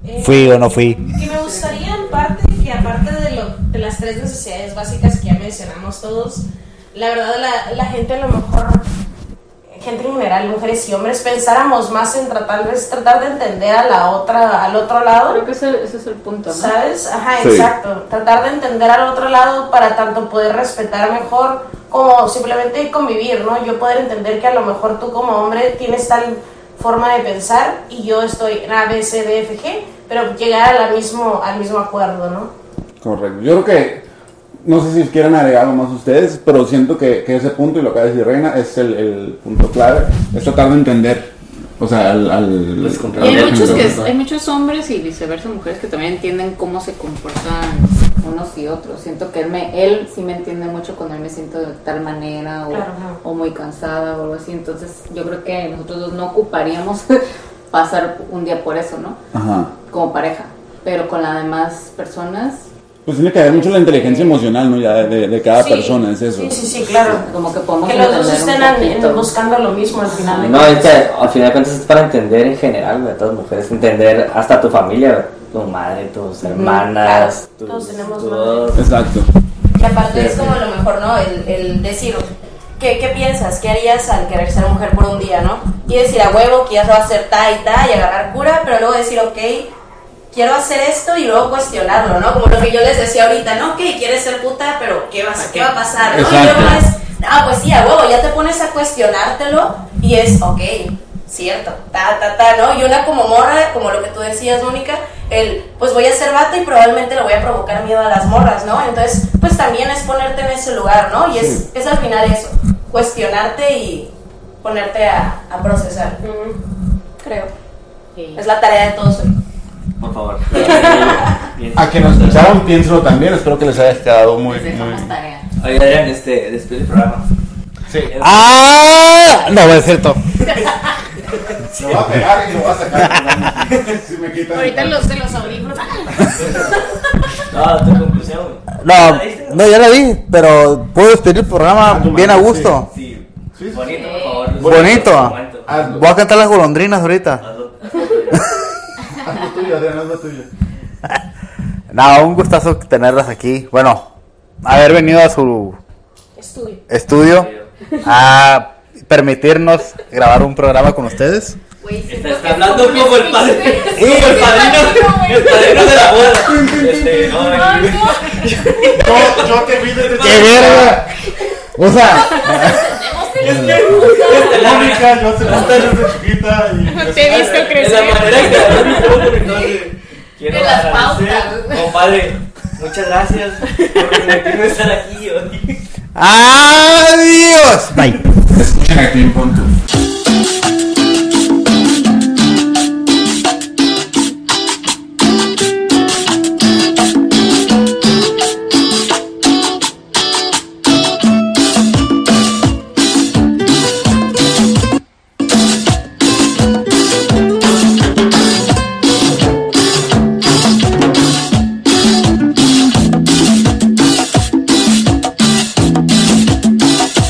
F: Eh,
B: Fui o no fui.
F: Que me gustaría en parte que aparte de, lo, de las tres necesidades básicas que ya mencionamos todos, la verdad la, la gente a lo mejor, gente en general, mujeres y hombres, pensáramos más en tratar, de- tratar de entender a la otra, al otro lado.
H: Creo que ese, ese es el punto, ¿no?
F: ¿Sabes? Ajá,
C: Sí.
F: exacto. Tratar de entender al otro lado para tanto poder respetar mejor como simplemente convivir, ¿no? Yo poder entender que a lo mejor tú como hombre tienes tal forma de pensar y yo estoy en A, B, C, D, F, G, pero llegar al mismo, al mismo acuerdo, ¿no?
C: Correcto. Yo creo que, no sé si quieran agregar algo más ustedes, pero siento que, que ese punto, y lo que acaba de decir Reina, es el, el punto clave, es tratar de entender. O sea, al... al
E: Pues,
H: Y hay
E: Claro,
H: muchos,
E: claro,
H: que,
E: claro.
H: hay muchos hombres y viceversa mujeres que también entienden cómo se comportan unos y otros. Siento que él, me, él sí me entiende mucho cuando él me siento de tal manera o,
F: Claro, ajá.
H: o muy cansada o algo así. Entonces yo creo que nosotros dos no ocuparíamos [laughs] pasar un día por eso, ¿no?
C: Ajá.
H: Como pareja. Pero con las demás personas,
C: Pues tiene que haber mucho la inteligencia emocional, ¿no? Ya de, de cada
F: Sí.
C: persona, es eso.
F: Sí, sí, sí, claro.
H: como que podemos
F: Que los dos
H: entender
F: estén
H: un
F: al- en-
H: poquito.
F: buscando lo mismo al final. de
E: No, es
F: cuentas.
E: que al final de cuentas es para entender en general, güey, a todas las mujeres, entender hasta tu familia, güey, tu madre, tus hermanas, tus,
F: Todos tenemos
E: todos-
C: Exacto.
G: Que aparte es como a lo mejor, ¿no? El, el decir, ¿qué, ¿qué piensas? ¿Qué harías al querer ser mujer por un día, no? Y decir a huevo que ya se va a hacer ta y ta y agarrar cura, pero luego decir, ok, quiero hacer esto y luego cuestionarlo, ¿no? Como lo que yo les decía ahorita, ¿no? Ok, quieres ser puta, pero ¿qué, vas, ¿qué va a pasar? ¿no? Y
C: Exacto.
G: luego es, ah, pues sí, a huevo, ya te pones a cuestionártelo y es, ok, cierto, ta, ta, ta, ¿no? Y una como morra, como lo que tú decías, Mónica, el, pues voy a ser vato y probablemente le voy a provocar miedo a las morras, ¿no? Entonces, pues también es ponerte en ese lugar, ¿no? Y es,
C: Sí.
G: es al final eso, cuestionarte y ponerte a, a procesar, creo. Es la tarea de todos hoy.
E: Por
C: [laughs]
E: favor.
I: A quienes nos escucharon, piénsenlo también. Espero que les haya quedado muy.
H: Les
I: muy...
H: dejamos tarea.
E: Oye, Adrián, este, después del programa. Eh,
I: Sí.
B: ¡Ah! No, es cierto.
C: Lo va a pegar y lo va a sacar. [laughs] si me quitan.
F: Ahorita los de los audífonos.
E: No, tu conclusión, güey.
B: No,
E: ¿La diste?
B: no, ya la di, pero puedo despedir el programa bien a gusto.
E: Sí.
C: Sí, sí, sí. Ah.
E: Bonito, por favor.
B: Bonito.
E: Bonito.
C: Hazlo.
B: Voy a cantar las golondrinas ahorita.
E: [laughs] Hazlo.
C: Haz lo tuyo, Adrián, haz lo tuyo.
B: Nada, un gustazo tenerlas aquí. Bueno, haber venido a su
F: Estudio.
B: estudio a permitirnos grabar un programa con ustedes.
H: Güey,
E: Está,
H: siento
E: está
H: que
E: hablando
H: somos
E: como el padre.
H: pinches-
E: Como el padrino. El padrino de la
C: [laughs]
E: boda. Este, no, no, no.
C: Yo, yo te vi desde
B: ¡Qué verga! O sea,
H: [laughs]
E: Este, la-
C: Mónica, yo se la desde chiquita y.
F: Te he visto
E: De la
F: crecer.
E: manera que habló
C: [laughs]
E: mi compadre, entonces, Quiero
H: De las
E: agradecer,
H: pautas.
E: Compadre, muchas gracias por permitirme estar aquí hoy.
B: ¡adiós! Bye.
A: Escuchen aquí en punto.